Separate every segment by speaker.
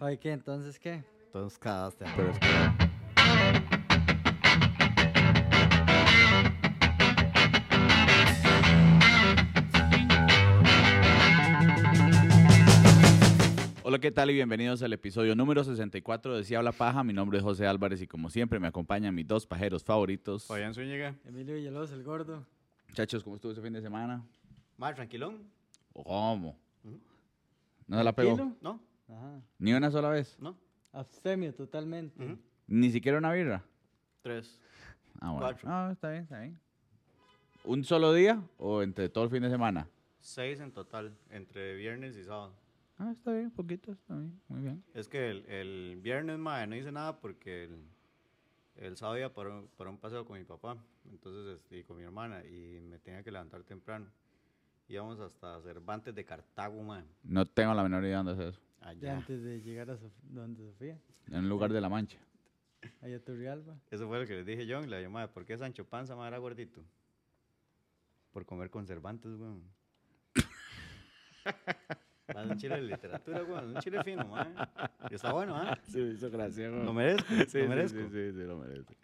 Speaker 1: Oye, ¿qué? Entonces, ¿qué?
Speaker 2: Entonces cagaste.
Speaker 3: Pero espera. Hola, ¿qué tal? Y bienvenidos al episodio número 64 de Si Habla Paja. Mi nombre es José Álvarez y como siempre me acompañan mis dos pajeros favoritos.
Speaker 4: Fabián Zúñiga.
Speaker 1: Emilio Villalobos, el gordo.
Speaker 3: Muchachos, ¿cómo estuvo ese fin de semana?
Speaker 2: Madre, tranquilón.
Speaker 3: ¿Cómo? ¿No se la pegó?
Speaker 1: Tranquilo.
Speaker 2: ¿No?
Speaker 1: Ajá.
Speaker 3: Ni una sola vez.
Speaker 2: ¿No?
Speaker 1: Abstemio, totalmente.
Speaker 2: Ujú.
Speaker 3: Ni siquiera una birra.
Speaker 2: Tres.
Speaker 3: Ah, bueno.
Speaker 2: Cuatro.
Speaker 3: Ah, está bien, está bien. ¿Un solo día o entre todo el fin de semana?
Speaker 2: Seis en total, entre viernes y sábado.
Speaker 3: Ah, está bien, poquito, está bien, muy bien.
Speaker 2: Es que el, el viernes, madre, no hice nada porque el, el sábado iba para, un- para un paseo con mi papá entonces este, y con mi hermana y me tenía que levantar temprano. Íbamos hasta Cervantes de Cartago, madre.
Speaker 3: No tengo la menor idea de dónde es eso.
Speaker 1: De
Speaker 2: Allá.
Speaker 1: antes de llegar a Sof- donde Sofía,
Speaker 3: En un lugar de La Mancha.
Speaker 1: allá a Turrialba.
Speaker 2: Eso fue lo que les dije yo en la llamada. ¿Por qué Sancho Panza, madre, era gordito? Por comer con Cervantes, weón. Más un chile de literatura, weón. Un chile fino, madre. Y está bueno, ¿ah?
Speaker 3: Sí, me hizo gracia.
Speaker 2: Lo merezco, lo merezco.
Speaker 3: Sí, sí, sí, lo merece.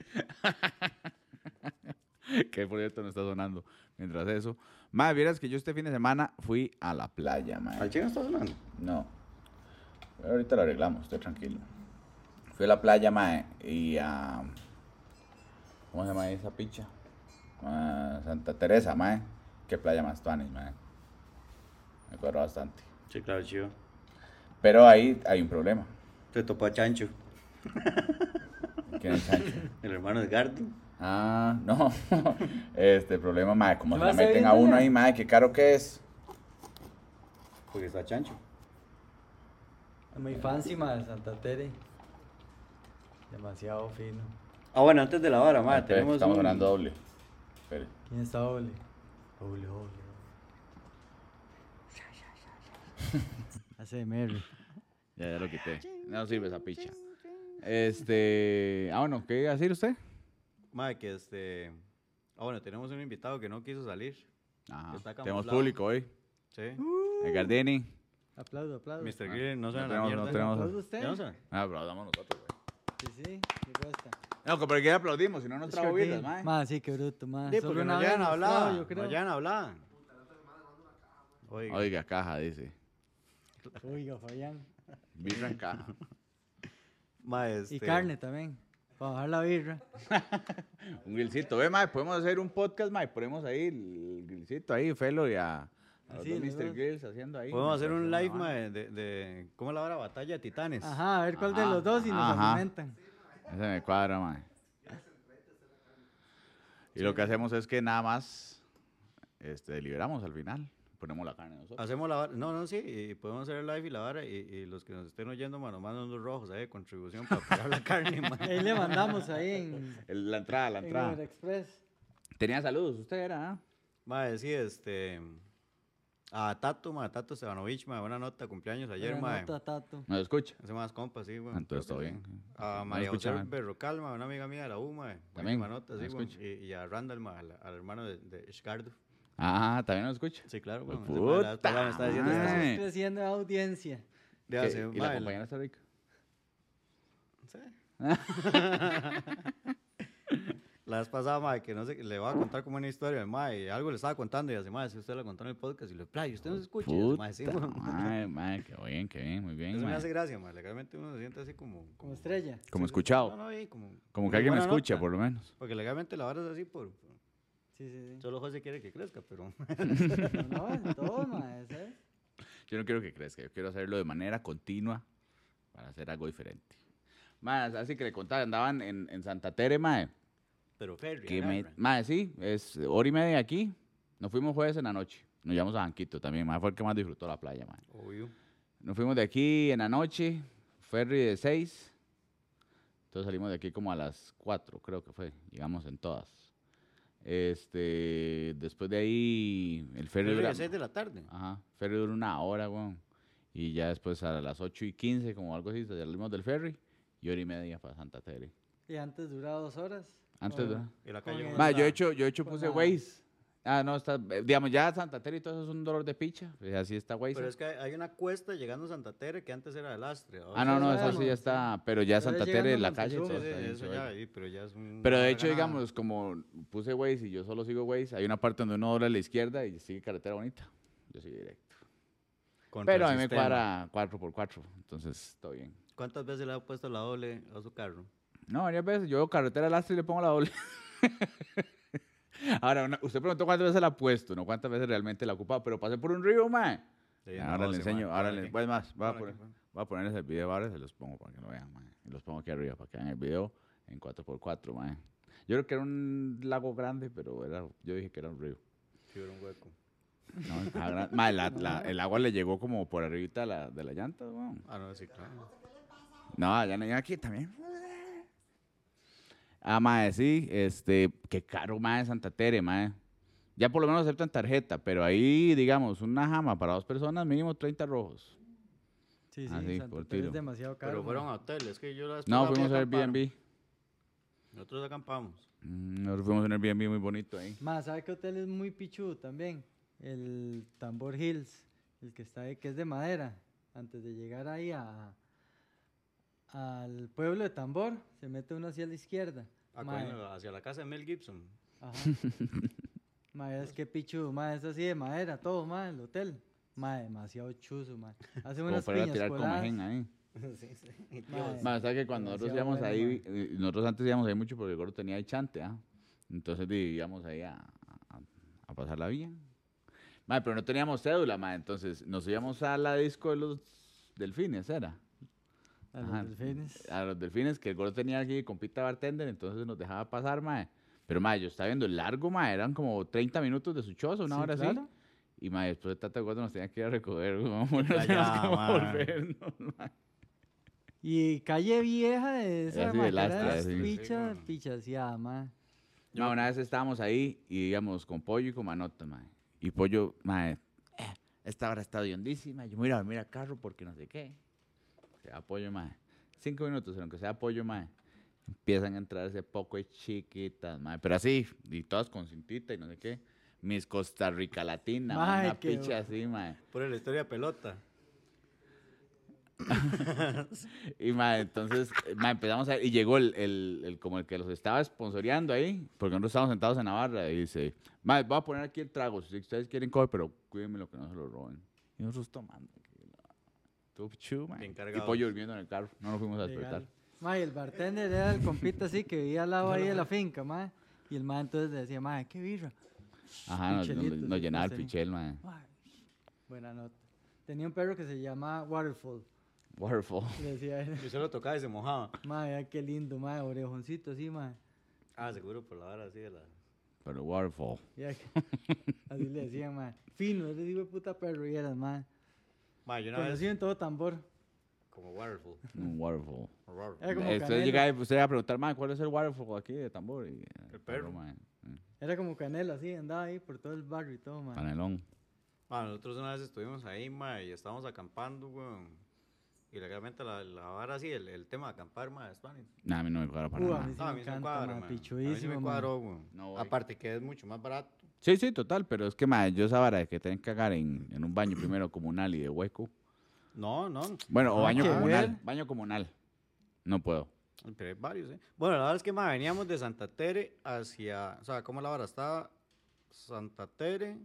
Speaker 3: que por cierto no está sonando mientras eso. Más, vieras que yo este fin de semana fui a la playa, madre.
Speaker 2: ¿Al chile no está sonando?
Speaker 3: No. Pero ahorita lo arreglamos, estoy tranquilo. Fui a la playa, mae, y a... ¿Cómo se llama esa picha? A Santa Teresa, mae. Qué playa más tuanis, mae. Me acuerdo bastante.
Speaker 2: Sí, claro, chido.
Speaker 3: Pero ahí hay un problema.
Speaker 2: Te topó a Chancho,
Speaker 3: ¿Quién es Sancho?
Speaker 2: el hermano de Gardi.
Speaker 3: Ah, no. Este problema, mae, como
Speaker 1: ¿Qué
Speaker 3: se le
Speaker 1: vas a
Speaker 3: meten a
Speaker 1: decirle?
Speaker 3: uno ahí, mae, qué caro que es.
Speaker 2: Porque está Chancho.
Speaker 1: Muy fancy, madre, Santa Tere. Demasiado fino.
Speaker 2: Ah, bueno, antes de la hora, madre,
Speaker 3: Espere,
Speaker 2: tenemos.
Speaker 3: Estamos
Speaker 2: un-
Speaker 3: hablando doble. Espere.
Speaker 1: ¿Quién está Ole? Ole, Ole, Ole. Hace Mary.
Speaker 3: Ya, ya lo quité. No sirve esa picha. Este. Ah, bueno, ¿qué iba a decir usted?
Speaker 2: Madre, que este. Ah, bueno, tenemos un invitado que no quiso salir.
Speaker 3: Ajá.
Speaker 2: Está
Speaker 3: Tenemos
Speaker 2: camuflado.
Speaker 3: público hoy.
Speaker 2: Sí.
Speaker 3: El Gardini.
Speaker 1: Aplaudo, aplaudo.
Speaker 2: Mr. Green, no
Speaker 3: no
Speaker 2: suena la
Speaker 3: tenemos- no
Speaker 2: mierda.
Speaker 3: tenemos-
Speaker 1: ¿Aplaude usted?
Speaker 2: ¿Ya no suena?
Speaker 3: Ah, aplaudamos nosotros, güey.
Speaker 1: Sí, sí, qué cuesta.
Speaker 3: No, que porque ya aplaudimos, si no nos trago birras, mae.
Speaker 1: Más, sí, qué bruto, más.
Speaker 2: Sí, porque no llegan a hablar. No llegan a hablar. Oiga.
Speaker 3: Oiga, caja, dice.
Speaker 1: Oiga, Fabián.
Speaker 3: Birra en caja.
Speaker 2: Ma, este,
Speaker 1: Y carne también, para bajar la birra.
Speaker 3: Un grillcito. Ve, mae, podemos hacer un podcast, mae. Ponemos ahí el grillcito ahí, Felo y a.
Speaker 2: Ah,
Speaker 3: a los
Speaker 1: Así,
Speaker 3: dos
Speaker 1: los
Speaker 3: Mr.
Speaker 1: dos.
Speaker 3: Grills haciendo ahí.
Speaker 2: Podemos hacer un
Speaker 3: mientras
Speaker 2: live,
Speaker 3: una
Speaker 2: ma, de, de. ¿Cómo la hora? Batalla de titanes.
Speaker 1: Ajá, a ver cuál de
Speaker 3: Ajá,
Speaker 1: los dos y nos
Speaker 3: Ah, ajá.
Speaker 1: alimentan.
Speaker 3: Ese me cuadra, mae. Y lo que hacemos es que nada más este, deliberamos al final. Ponemos la carne nosotros.
Speaker 2: Hacemos la vara. No, no, sí. Y podemos hacer el live y la vara. Y, y los que nos estén oyendo, ma, nos mandan unos rojos ahí de contribución para pagar la carne, ma.
Speaker 1: Ahí le mandamos ahí en,
Speaker 3: El- la entrada, la
Speaker 1: en
Speaker 3: entrada.
Speaker 1: Express.
Speaker 3: Tenía saludos, usted era, ¿ah?
Speaker 2: Ma, sí, este. A Tato, ma, Tato Stevanovich, ma, buena nota, cumpleaños ayer,
Speaker 1: Buena
Speaker 2: ma.
Speaker 1: nota, Tato.
Speaker 3: ¿Nos escucha?
Speaker 2: Hace más compas, sí, bueno.
Speaker 3: Entonces,
Speaker 2: Ah, creo que
Speaker 3: todo
Speaker 2: sí.
Speaker 3: bien.
Speaker 2: A
Speaker 3: No
Speaker 2: Ah, María José
Speaker 3: escuchaba.
Speaker 2: Berrocal, ma, una amiga mía de la U, ma. eh,
Speaker 3: También,
Speaker 2: buenísima nota,
Speaker 3: no
Speaker 2: sí, bueno.
Speaker 3: escucho.
Speaker 2: y, y a Randall, ma, al, al hermano de, de Escardo.
Speaker 3: Ah, también nos escucha.
Speaker 2: Sí, claro,
Speaker 3: Pues
Speaker 2: bueno. ese ma, la-
Speaker 3: puta
Speaker 2: la- me está diciendo
Speaker 3: madre.
Speaker 2: esta-
Speaker 1: Estamos creciendo en audiencia.
Speaker 2: de
Speaker 3: ¿Qué-
Speaker 2: hace,
Speaker 3: ¿Y
Speaker 2: ma,
Speaker 3: la
Speaker 2: el-
Speaker 3: compañera está rica?
Speaker 2: sí. La vez pasada, ma, que no sé, le voy a contar como una historia, ma, y algo le estaba contando y hace, ma, si usted la contó en el podcast y le play, usted no se escucha. y hace, ma, sí,
Speaker 3: Puta
Speaker 2: bueno.
Speaker 3: madre, madre, qué bien, qué bien, muy bien,
Speaker 2: Eso me
Speaker 3: mae.
Speaker 2: hace gracia, ma, legalmente uno se siente así como...
Speaker 1: Como estrella.
Speaker 3: Como
Speaker 2: sí, sí.
Speaker 3: escuchado.
Speaker 2: No, no, y como,
Speaker 3: Como que
Speaker 2: una
Speaker 3: alguien me
Speaker 2: buena
Speaker 3: escucha,
Speaker 2: nota.
Speaker 3: por lo menos.
Speaker 2: Porque legalmente la vara es así por... por-
Speaker 1: Sí, sí, sí.
Speaker 2: Solo José quiere que crezca, pero...
Speaker 1: No, en todo, ma, ¿sabes?
Speaker 3: Yo no quiero que crezca, yo quiero hacerlo de manera continua para hacer algo diferente. Más, así que le contaba, andaban en, en Santa Tere, mae.
Speaker 2: Pero Ferry,
Speaker 3: Que me,
Speaker 2: agarra.
Speaker 3: mae, sí, es hora y media de aquí. Nos fuimos jueves en la noche. Nos llevamos a Banquito también, mae. Fue el que más disfrutó la playa, mae.
Speaker 2: Obvio.
Speaker 3: Nos fuimos de aquí en la noche, ferry de 6. Entonces salimos de aquí como a las 4, creo que fue. Llegamos en todas. Este, después de ahí, el ferry
Speaker 2: Ferry a
Speaker 3: dura,
Speaker 2: las 6 de la tarde.
Speaker 3: ajá, ferry dura una hora, weón. Y ya después a las 8 y 15, como algo así, salimos del ferry y hora y media para Santa Tere.
Speaker 1: Y antes duraba dos horas.
Speaker 3: Antes,
Speaker 1: Bueno,
Speaker 3: ¿verdad?
Speaker 2: Y la
Speaker 1: Con
Speaker 2: calle.
Speaker 1: el-
Speaker 2: como
Speaker 3: Ma,
Speaker 2: está.
Speaker 3: yo he hecho, yo he hecho,
Speaker 1: Pues
Speaker 3: puse
Speaker 1: nada.
Speaker 3: Waze Ah, no, está, eh, digamos, ya Santa Teresa y todo eso es un dolor de picha. eh, Así está, güey.
Speaker 2: Pero es que hay hay una cuesta llegando a Santa Tere que antes era de lastre. ahora
Speaker 3: Ah, no,
Speaker 2: es-
Speaker 3: no,
Speaker 1: eso
Speaker 3: eso sí ya
Speaker 1: sabemos,
Speaker 3: está. Pero ya
Speaker 1: Pero
Speaker 3: Santa
Speaker 1: es
Speaker 3: Teresa,
Speaker 1: llegando a
Speaker 3: la calle.
Speaker 1: Montezuma,
Speaker 3: todo
Speaker 2: Sí,
Speaker 3: está ahí,
Speaker 2: eso
Speaker 3: se
Speaker 2: ya,
Speaker 3: ve.
Speaker 2: sí, pero ya es un-
Speaker 3: Pero
Speaker 2: una
Speaker 3: de hecho,
Speaker 2: ganada.
Speaker 3: digamos, como puse Waze y yo solo sigo Waze, hay una parte donde uno dobla a la izquierda y sigue carretera bonita. Yo sigo directo.
Speaker 2: Contra
Speaker 3: Pero
Speaker 2: el
Speaker 3: a mí me
Speaker 2: sistema.
Speaker 3: cuadra 4x4, entonces todo bien.
Speaker 2: ¿Cuántas veces le ha puesto la doble a su carro?
Speaker 3: No, varias veces. Yo carretera lastre y le pongo la doble. Ahora, una- usted preguntó cuántas veces la ha puesto, no cuántas veces realmente la ha ocupado, pero pasé por un río, mae.
Speaker 2: Sí,
Speaker 3: ahora
Speaker 2: no,
Speaker 3: le
Speaker 2: se
Speaker 3: enseño,
Speaker 2: va,
Speaker 3: ahora
Speaker 2: ponle
Speaker 3: le...
Speaker 2: aquí,
Speaker 3: Pues más, voy a,
Speaker 2: ponle
Speaker 3: poner,
Speaker 2: aquí, ponle.
Speaker 3: voy a ponerles el video ahora, se los pongo para que lo vean, mae. Y los pongo aquí arriba para que vean el video en 4x4, mae. Yo creo que era un lago grande, pero era, yo dije que era un río.
Speaker 2: Sí, era un hueco.
Speaker 3: No, estaba gran- mae, la- la- el agua le llegó como por arribita de la, de la llanta, weón.
Speaker 2: Ah, no, sí, claro.
Speaker 3: No, ya no ya aquí también. Ah, mae, sí, este, qué caro, mae, Santa Tere, mae. Ya por lo menos aceptan tarjeta, pero ahí, digamos, una jama para dos personas, mínimo 30 rojos.
Speaker 1: Sí, sí,
Speaker 3: Ah, sí,
Speaker 1: Santa
Speaker 3: por
Speaker 1: Tere
Speaker 3: tiro.
Speaker 1: es demasiado caro.
Speaker 2: Pero fueron
Speaker 1: mae.
Speaker 2: a hotel, es que yo las
Speaker 3: No, fuimos a Airbnb.
Speaker 2: Nosotros acampamos.
Speaker 3: Mm, Nosotros fuimos a un Airbnb muy bonito ahí.
Speaker 1: Más, ¿sabe qué hotel es muy pichudo también? El Tambor Hills, el que está ahí, que es de madera. Antes de llegar ahí a, al pueblo de Tambor, se mete uno hacia la izquierda.
Speaker 2: Ah,
Speaker 1: Mae,
Speaker 2: coño, hacia la casa de Mel Gibson.
Speaker 1: ajá. Mae, es que pichudo, mae, es así de madera, todo, mae, el hotel. Mae, demasiado chuzo, mae. Hacen
Speaker 3: Como
Speaker 1: unas
Speaker 3: para ir a
Speaker 1: piñas
Speaker 3: tirar
Speaker 1: coladas.
Speaker 3: comején ahí.
Speaker 2: sí, sí.
Speaker 1: mae,
Speaker 3: Más, que cuando nosotros
Speaker 1: demasiado
Speaker 3: íbamos
Speaker 1: bueno,
Speaker 3: ahí, eh, nosotros antes íbamos ahí mucho porque el gordo tenía el chante, ¿ah? Entonces di, íbamos ahí a, a, a pasarla bien. Madre, pero no teníamos cédula, madre. Entonces nos íbamos a la disco de los delfines, ¿era?
Speaker 1: a los
Speaker 3: Ajá, Ah,
Speaker 1: delfines.
Speaker 3: A los delfines, que el gordo tenía aquí compita bartender, entonces nos dejaba pasar, madre. Pero, madre, yo estaba viendo el largo, madre. Eran como 30 minutos de su choza, una
Speaker 1: Sí,
Speaker 3: hora
Speaker 1: claro.
Speaker 3: así. Y, madre, después de tanto el gordo nos tenía que ir a recoger. Vamos, no
Speaker 2: Ya,
Speaker 3: teníamos
Speaker 2: ya,
Speaker 3: cómo
Speaker 2: mae.
Speaker 3: volvernos, mae.
Speaker 1: Y calle vieja, esa
Speaker 3: así de
Speaker 1: mae, que era de
Speaker 3: lastre, así.
Speaker 1: picha,
Speaker 2: Sí, mae.
Speaker 1: pichaseada, mae.
Speaker 3: No, una vez estábamos ahí y íbamos con pollo y con manota, mae. Y pollo, mae, "Eh, esta hora está hondísima, yo me voy a ir a dormir al carro porque no sé qué. Se va pollo, mae. Cinco minutos, aunque sea pollo, mae. Empiezan a entrarse poco y chiquitas, mae. Pero así, y todas con cintita y no sé qué. Mis Costa Rica Latina, mae,
Speaker 1: Mae,
Speaker 3: una
Speaker 1: qué
Speaker 3: picha así, mae.
Speaker 2: Por la historia de pelota.
Speaker 3: Y mae, entonces, mae, empezamos a y llegó el, el- el- como el que los estaba sponsoreando ahí, porque nosotros estábamos sentados en Navarra, y dice, mae, voy a poner aquí el trago, si ustedes quieren coger, pero cuídenme lo que no se lo roben. Y nosotros tomando. que la- Todo pichu, mae.
Speaker 2: Bien
Speaker 3: Y
Speaker 2: cargados.
Speaker 3: pollo durmiendo en el carro, no nos fuimos a despertar.
Speaker 1: Legal. Ma, y el bartender era el compita así que vivía al lado ahí de la finca, ma. Y el ma entonces le decía, ma, qué birra.
Speaker 3: Ajá, nos, nos-
Speaker 1: Pichelitos,
Speaker 3: nos
Speaker 1: sí,
Speaker 3: llenaba el
Speaker 1: nos tenía.
Speaker 3: pichel, mae.
Speaker 1: Ma, Buena nota. Tenía un perro que se llama Waterfall.
Speaker 3: Waterfall.
Speaker 1: y Le decía, él,
Speaker 2: Yo se lo tocaba y se mojaba.
Speaker 1: ma, vea qué lindo, ma, orejoncito así, ma.
Speaker 2: Ah, seguro por la hora así de la.
Speaker 3: Pero waterfall.
Speaker 1: Vea que- Así le decía, ma. Fino, ese hijo de puta perro, y eras, ma.
Speaker 2: Ma, yo una vez.
Speaker 1: Conocido en todo tambor.
Speaker 2: Pues, Como waterfall.
Speaker 3: Un waterfall.
Speaker 1: Era
Speaker 2: waterfall.
Speaker 1: como
Speaker 3: Usted
Speaker 1: Canelo.
Speaker 3: llega y usted va a preguntar, mae, ¿cuál es el waterfall aquí de tambor? Y, eh,
Speaker 2: El perro.
Speaker 3: mae.
Speaker 1: Era como canelo así, andaba ahí por todo el barrio y todo, ma.
Speaker 3: Panelón.
Speaker 2: Ma, nosotros una vez estuvimos ahí, ma, y estábamos acampando, weón. Y legalmente la, la vara así, el, el tema de acampar, ma, es pan.
Speaker 3: Nah, a mí no me cuadra para
Speaker 1: Uh, a
Speaker 3: nada.
Speaker 1: mí Sí
Speaker 2: Ah,
Speaker 1: me
Speaker 2: a mí se me
Speaker 1: encanta,
Speaker 2: cuadra,
Speaker 1: ma,
Speaker 2: ma. A mí sí
Speaker 1: pichudísimo,
Speaker 2: me
Speaker 1: ma.
Speaker 2: cuadro, weón.
Speaker 3: No voy.
Speaker 2: Aparte que es mucho más barato.
Speaker 3: Sí, sí, total, pero es que, madre, yo esa vara de que tienen que cagar en, en un baño primero comunal y de hueco.
Speaker 2: No, no.
Speaker 3: Bueno, o
Speaker 1: Ah,
Speaker 3: baño
Speaker 1: qué
Speaker 3: comunal,
Speaker 1: bien.
Speaker 3: baño comunal. No puedo.
Speaker 2: Pero hay varios, ¿eh? Bueno, la verdad es que ma, veníamos de Santa Tere hacia. O sea, ¿cómo la hora? Estaba Santa Tere.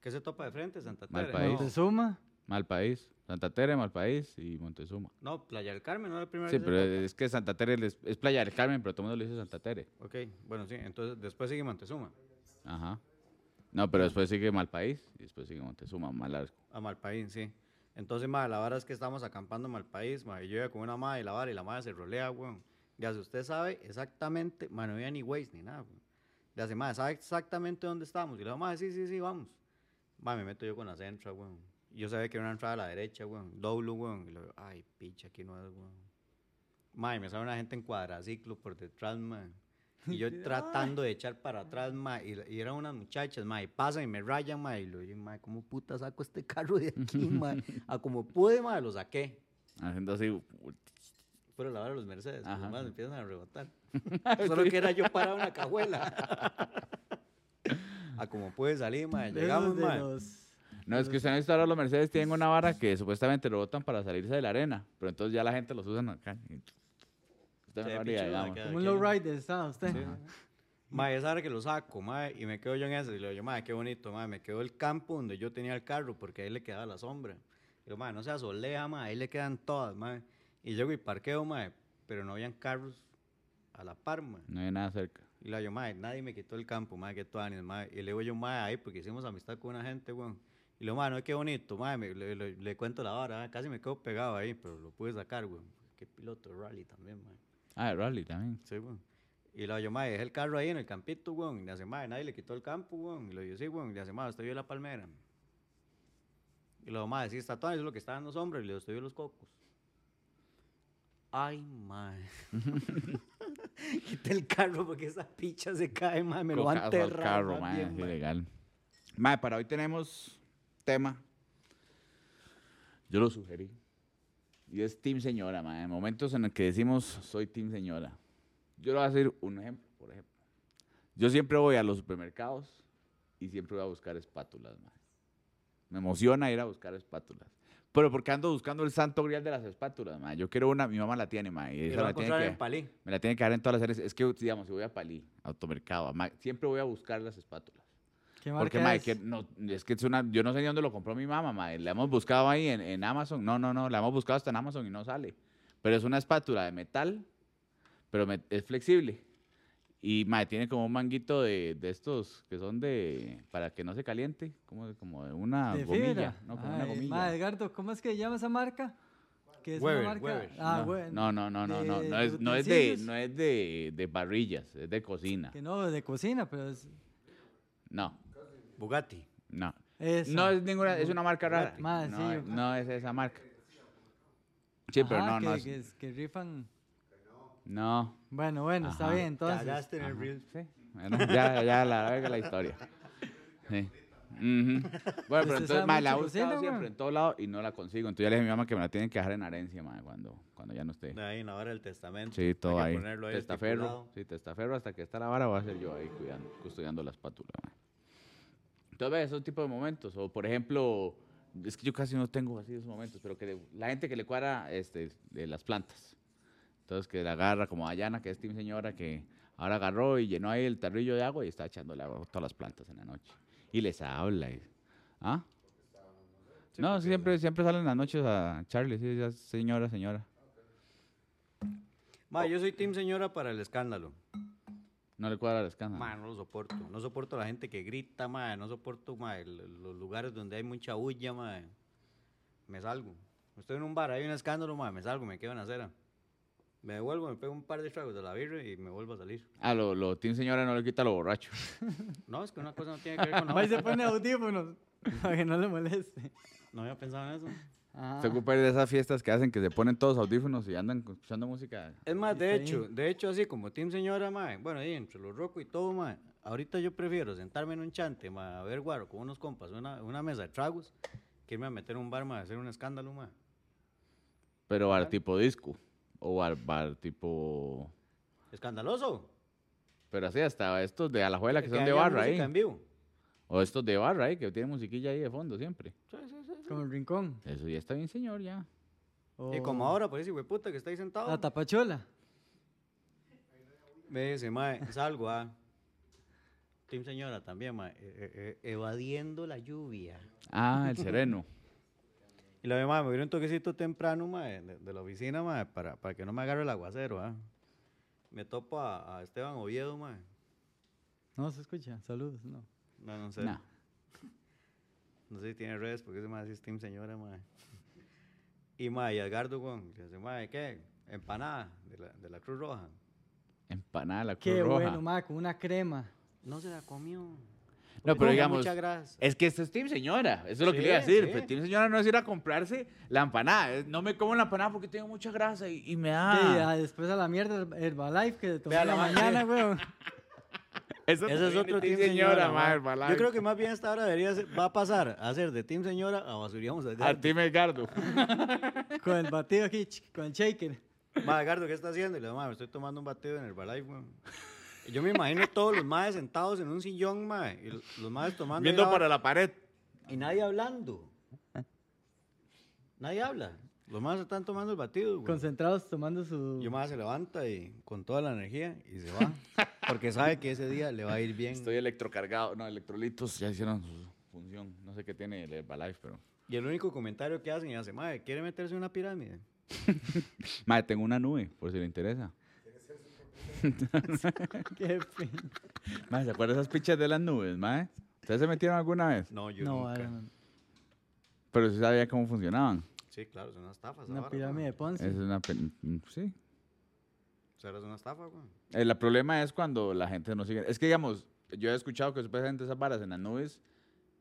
Speaker 2: ¿Qué se topa de frente? Santa Tere.
Speaker 3: Malpaís.
Speaker 2: No,
Speaker 1: Montezuma,
Speaker 3: Mal país. Santa Tere, mal país y Montezuma.
Speaker 2: no, Playa del Carmen, ¿no? era El primero
Speaker 3: Sí,
Speaker 2: que se
Speaker 3: pero
Speaker 2: topa.
Speaker 3: es que Santa Tere les- es Playa del Carmen, pero todo el mundo le dice Santa Tere.
Speaker 2: Ok, bueno, sí. Entonces, después sigue Montezuma.
Speaker 3: Ajá. No, pero después sigue mal país y después sigue Montezuma, mal arco.
Speaker 2: A Malpaís, sí. Entonces, ma, la vara es que estamos acampando en Malpaís, ma, y yo iba con una madre y la vara, y la madre se rolea, weón. Ya, si usted sabe exactamente, ma, no había ni Waze ni nada, weón. Ya, hace madre, sabe exactamente dónde estamos. Y la madre, sí, sí, sí, vamos. Ma, me meto yo con la centra, weón. Y Yo sabía que era una entrada a la derecha, weón. Doble, weón. Y luego, ay, picha, aquí no es, weón. Ma, y me sale una gente en cuadraciclo por detrás, ma. Y yo tratando de echar para atrás, ma. Y, la- y eran unas muchachas, ma. Y pasan y me rayan, ma. Y lo digo, ma, ¿cómo puta saco este carro de aquí, ma? A como pude, ma, lo saqué.
Speaker 3: Haciendo así. u-
Speaker 2: Fueron la vara de los Mercedes.
Speaker 3: Ajá.
Speaker 2: Además, me empiezan a rebotar. Solo que era yo para una cajuela. a Ah, como puede salir, mae.
Speaker 1: de
Speaker 2: Llegamos,
Speaker 1: esos de
Speaker 2: mae.
Speaker 1: los-
Speaker 3: No, es que usted han visto ahora los Mercedes tienen una vara que supuestamente lo botan para salirse de la arena, pero entonces ya la gente los usa acá.
Speaker 2: Se ve
Speaker 3: Esta barbaridad,
Speaker 2: pichudo
Speaker 3: digamos.
Speaker 2: acá.
Speaker 1: Como un
Speaker 2: aquí.
Speaker 1: low rider estaba usted.
Speaker 2: Mae, esa hora que lo saco, mae, y me quedo yo en ese. Y le digo, mae, qué bonito, mae, me quedó el campo donde yo tenía el carro, porque ahí le quedaba la sombra. Y yo, mae, no se asolea, mae, ahí le quedan todas, mae. Y llego y parqueo, mae, pero no habían carros a la par, mae.
Speaker 3: No hay nada cerca.
Speaker 2: Y le digo, mae, nadie me quitó el campo, mae, que tú mae. Y le digo yo, mae, ahí, porque hicimos amistad con una gente, weón. Y le digo, mae, no, qué bonito, mae, me- le, le- le cuento la hora, ah, casi me quedo pegado ahí, pero lo pude sacar, weón. Qué piloto de rally también, mae.
Speaker 3: Ah, el rally también.
Speaker 2: Sí, weón. Y lo yo, mae, dejé el carro ahí en el campito, weón. Y le hace, mae, nadie le quitó el campo, weón. Y lo yo, sí, weón. Y le hace, mae, usted vio la palmera. Y lo mae, sí, está todo, eso es lo que está dando sombra. Y le digo, usted vio los cocos. Ay, mae. Quité el carro porque esa picha se cae, mae. Me lo va a
Speaker 3: Cocazo al
Speaker 2: enterrar.
Speaker 3: carro,
Speaker 2: más
Speaker 3: mae,
Speaker 2: bien,
Speaker 3: es
Speaker 2: mae.
Speaker 3: ilegal. Mae, para hoy tenemos tema. Yo lo sugerí. Y es Team Señora, mae. Momentos en los que decimos soy Team Señora. Yo le voy a decir un ejemplo, por ejemplo. Yo siempre voy a los supermercados y siempre voy a buscar espátulas, mae. Me emociona ir a buscar espátulas. Pero porque ando buscando el santo grial de las espátulas, mae. Yo quiero una, mi mamá la tiene, mae. y
Speaker 2: Y
Speaker 3: esa
Speaker 2: lo va a
Speaker 3: la tiene
Speaker 2: encontrar
Speaker 3: que-
Speaker 2: en Palí.
Speaker 3: me la tiene que dar en todas las áreas. Es que, digamos, si voy a Palí, automercado, a Mac, siempre voy a buscar las espátulas.
Speaker 1: ¿Qué
Speaker 3: Porque,
Speaker 1: marca
Speaker 3: mae,
Speaker 1: es?
Speaker 3: que no, es que es una, yo no sé ni dónde lo compró mi mamá, mae. La hemos buscado ahí en, en Amazon. No, no, no, la hemos buscado hasta en Amazon y no sale. Pero es una espátula de metal, pero me- es flexible. Y, mae, tiene como un manguito de, de estos que son de, para que no se caliente, como, de- como de una
Speaker 1: de
Speaker 3: Ah, gomilla.
Speaker 1: fibra.
Speaker 3: No, como una
Speaker 1: Ay,
Speaker 3: gomilla.
Speaker 1: mae, Edgardo, ¿cómo es que se llama esa marca? Que es
Speaker 2: Weber,
Speaker 1: una marca.
Speaker 2: Weber.
Speaker 1: Ah,
Speaker 3: no,
Speaker 1: bueno.
Speaker 3: no, no, no, no, no,
Speaker 1: de
Speaker 3: no es, no es de,
Speaker 1: utensilios.
Speaker 3: no es de, de parrillas, es de cocina.
Speaker 1: Que no, de cocina, pero es.
Speaker 3: No,
Speaker 2: Bugatti.
Speaker 3: no.
Speaker 1: esa.
Speaker 3: No es ninguna, es una marca rara.
Speaker 2: Bugatti.
Speaker 1: Mae,
Speaker 3: no,
Speaker 1: sí,
Speaker 3: es-
Speaker 1: yo-
Speaker 3: no es esa marca. Sí, pero
Speaker 1: Ajá,
Speaker 3: no, no
Speaker 1: que-
Speaker 3: es-
Speaker 1: Que, es- que rifan.
Speaker 3: No.
Speaker 1: Bueno, bueno, está
Speaker 3: Ajá.
Speaker 1: bien, entonces.
Speaker 2: Cagaste en el
Speaker 3: Ajá.
Speaker 2: reel.
Speaker 3: Sí. Bueno, ya, ya, la verga la historia. Sí. Ujú. Bueno,
Speaker 1: Usted
Speaker 3: pero entonces,
Speaker 1: sabe
Speaker 3: mae, la he
Speaker 1: Pues mucho de
Speaker 3: buscado
Speaker 1: cocina,
Speaker 3: siempre
Speaker 1: weón.
Speaker 3: en todo lado y no la consigo. Entonces ya le dije a mi mamá que me la tienen que dejar en herencia, mae, cuando, cuando ya no esté.
Speaker 2: De ahí en la hora del testamento.
Speaker 3: Sí, todo
Speaker 2: Hay
Speaker 3: ahí.
Speaker 2: que ponerlo ahí
Speaker 3: Testaferro.
Speaker 2: estipulado.
Speaker 3: Sí, testaferro hasta que está la vara voy a ser yo ahí cuidando, custodiando la espátula. mae. Entonces, ve, esos tipos de momentos. O, por ejemplo, es que yo casi no tengo así esos momentos, pero que le- la gente que le cuadra este, de las plantas. Entonces, que la agarra como Dayana, que es Team Señora, que ahora agarró y llenó ahí el tarrillo de agua y está echándole agua a todas las plantas en la noche. Y les habla. y- ¿Ah? no, siempre, siempre salen en las noches a Charlie, sí, ya, señora, señora.
Speaker 2: Mae, yo soy team señora para el escándalo.
Speaker 3: No le cuadra el escándalo.
Speaker 2: Ma, no lo soporto. No soporto la gente que grita, ma. No soporto, ma, el- los lugares donde hay mucha bulla, ma. Me salgo. Estoy en un bar, hay un escándalo, ma. Me salgo, me quedo en la acera. Me devuelvo, me pego un par de tragos de la birra y me vuelvo a salir.
Speaker 3: Ah, lo, lo Team Señora no le quita lo borracho.
Speaker 2: No, es que una cosa no tiene que ver con la
Speaker 1: Mae
Speaker 2: otra.
Speaker 1: se pone audífonos para que no le moleste.
Speaker 2: No había pensado en eso.
Speaker 1: Ajá.
Speaker 3: Se ocupa de esas fiestas que hacen que se ponen todos audífonos y andan escuchando música.
Speaker 2: Es más, de
Speaker 1: Está bien.
Speaker 2: hecho, de hecho, así como Team Señora, ma. Bueno, ahí entre los rocos y todo, ma. Ahorita yo prefiero sentarme en un chante, ma. A ver, guaro, con unos compas, una, una mesa de tragos, que irme a meter en un bar, ma. A hacer un escándalo, ma.
Speaker 3: Pero bar tipo disco. O bar, bar tipo.
Speaker 2: Escandaloso.
Speaker 3: Pero así, hasta estos de Alajuela que
Speaker 2: Que
Speaker 3: son de
Speaker 2: haya
Speaker 3: barra ahí.
Speaker 2: música en vivo.
Speaker 3: O estos de barra ahí que tienen musiquilla ahí de fondo siempre.
Speaker 2: Sí, sí, sí, sí.
Speaker 1: Como el rincón.
Speaker 3: Eso ya está bien, señor, ya.
Speaker 1: Oh.
Speaker 2: Y como
Speaker 1: o
Speaker 2: ahora, pues ese puta que está ahí sentado.
Speaker 1: La tapachola.
Speaker 2: Me dice, mae, salgo ah. a. Team señora también, mae. eh, eh, eh, evadiendo la lluvia.
Speaker 3: Ah, el sereno.
Speaker 2: Y la demás, me vino un toquecito temprano, mae, de, de la oficina, mae, para, para que no me agarre el aguacero, ah. Me topo a, a Esteban Oviedo, mae.
Speaker 1: No se escucha. Saludos, no.
Speaker 2: No, no sé.
Speaker 3: Nah.
Speaker 2: No sé si tiene redes, porque ese mae sí es Team señora, mae. Y mae, y Edgardo, weón, le dice, mae, ¿qué? Empanada de la, de la Cruz Roja.
Speaker 3: Empanada, la Cruz
Speaker 1: Qué
Speaker 3: Roja.
Speaker 1: bueno, ma, con una crema.
Speaker 2: No se la comió.
Speaker 3: No,
Speaker 2: porque
Speaker 3: pero
Speaker 2: tenía
Speaker 3: digamos,
Speaker 2: Mucha grasa.
Speaker 3: Es que esto es Team Señora, eso es lo que le iba a
Speaker 2: Sí,
Speaker 3: decir.
Speaker 2: sí.
Speaker 3: pero team Señora no es ir a comprarse la empanada. es, No me como la empanada porque tengo mucha grasa y, y me
Speaker 1: Sí,
Speaker 3: da.
Speaker 1: ah, después a la mierda Herb- Herbalife que tomé
Speaker 2: Vea
Speaker 1: en la
Speaker 2: la ma-
Speaker 1: mañana, weón.
Speaker 3: Eso
Speaker 2: Ese es
Speaker 3: también
Speaker 2: otro Team Señora, ma. Yo creo que más bien esta hora debería ser- va a pasar a ser de Team Señora a Basuríamos a
Speaker 3: A
Speaker 2: Edgardo.
Speaker 3: Team Edgardo.
Speaker 1: Con el batido aquí, ch- con el shaker.
Speaker 2: Ma, Edgardo, ¿qué está haciendo? Y le digo, ma, me estoy tomando un batido en el Herbalife, weón. Yo me imagino todos los maes sentados en un sillón, mae, y los, los maes tomando.
Speaker 4: Viendo
Speaker 2: ahí la
Speaker 4: para la pared.
Speaker 2: vara, Y nadie hablando. Nadie habla. Los maes están tomando el batido, güey.
Speaker 1: Concentrados tomando su.
Speaker 2: Yo más se levanta y con toda la energía y se va. Porque sabe que ese día le va a ir bien.
Speaker 3: Estoy electrocargado. No, electrolitos ya hicieron su función. No sé qué tiene el Herbalife, pero.
Speaker 2: Y el único comentario que hacen y hace, madre, ¿quiere meterse en una pirámide?
Speaker 3: Madre, tengo una nube, por si le interesa.
Speaker 1: Qué pena.
Speaker 3: Madre, ¿se acuerdan esas pichas de las nubes, madre? ¿Ustedes se metieron alguna vez?
Speaker 2: No, yo
Speaker 1: No,
Speaker 2: nunca.
Speaker 1: vale, man.
Speaker 3: Pero sí sabía cómo funcionaban.
Speaker 2: Sí, claro, es una estafa. esa
Speaker 1: Una
Speaker 2: vara,
Speaker 1: pirámide de
Speaker 2: weón.
Speaker 1: Ponce.
Speaker 3: Es una. pe- mm, Sí.
Speaker 2: O sea, es una estafa, güey.
Speaker 3: El la problema es cuando la gente no sigue. Es que, digamos, yo he escuchado que supuestamente esas varas en las nubes.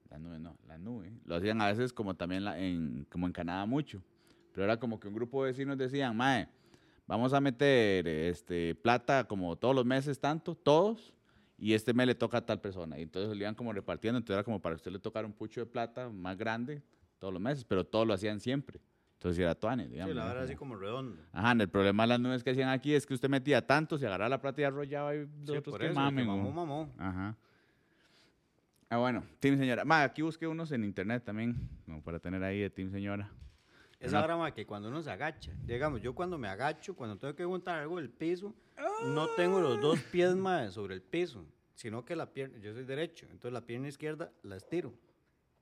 Speaker 3: Las nubes, no, la nube. Lo hacían a veces como también la- en, como en Canadá mucho. Pero era como que un grupo de vecinos decían, mae, vamos a meter este, plata como todos los meses tanto, todos. Y este mes le toca a tal persona. Y entonces lo iban como repartiendo. Entonces era como para usted le tocar un pucho de plata más grande todos los meses. Pero todos lo hacían siempre. Entonces era tuanes, digamos.
Speaker 2: Sí, la
Speaker 3: era
Speaker 2: verdad,
Speaker 3: como-
Speaker 2: así como redondo.
Speaker 3: Ajá, el problema de las nubes que hacían aquí es que usted metía tanto, se agarraba la plata y arrollaba y
Speaker 2: Sí,
Speaker 3: los otros
Speaker 2: por
Speaker 3: que
Speaker 2: eso, el
Speaker 3: mamen.
Speaker 2: que mamó,
Speaker 3: güey.
Speaker 2: mamó.
Speaker 3: Ajá. Ah, bueno, Team Señora. Ma, aquí busqué unos en internet también, como para tener ahí de Team Señora.
Speaker 2: Esa
Speaker 3: Una-
Speaker 2: vara, mae, que cuando uno se agacha, digamos, yo cuando me agacho, cuando tengo que juntar algo del piso, no tengo los dos pies, mae, sobre el piso, sino que la pierna, yo soy derecho, entonces la pierna izquierda la estiro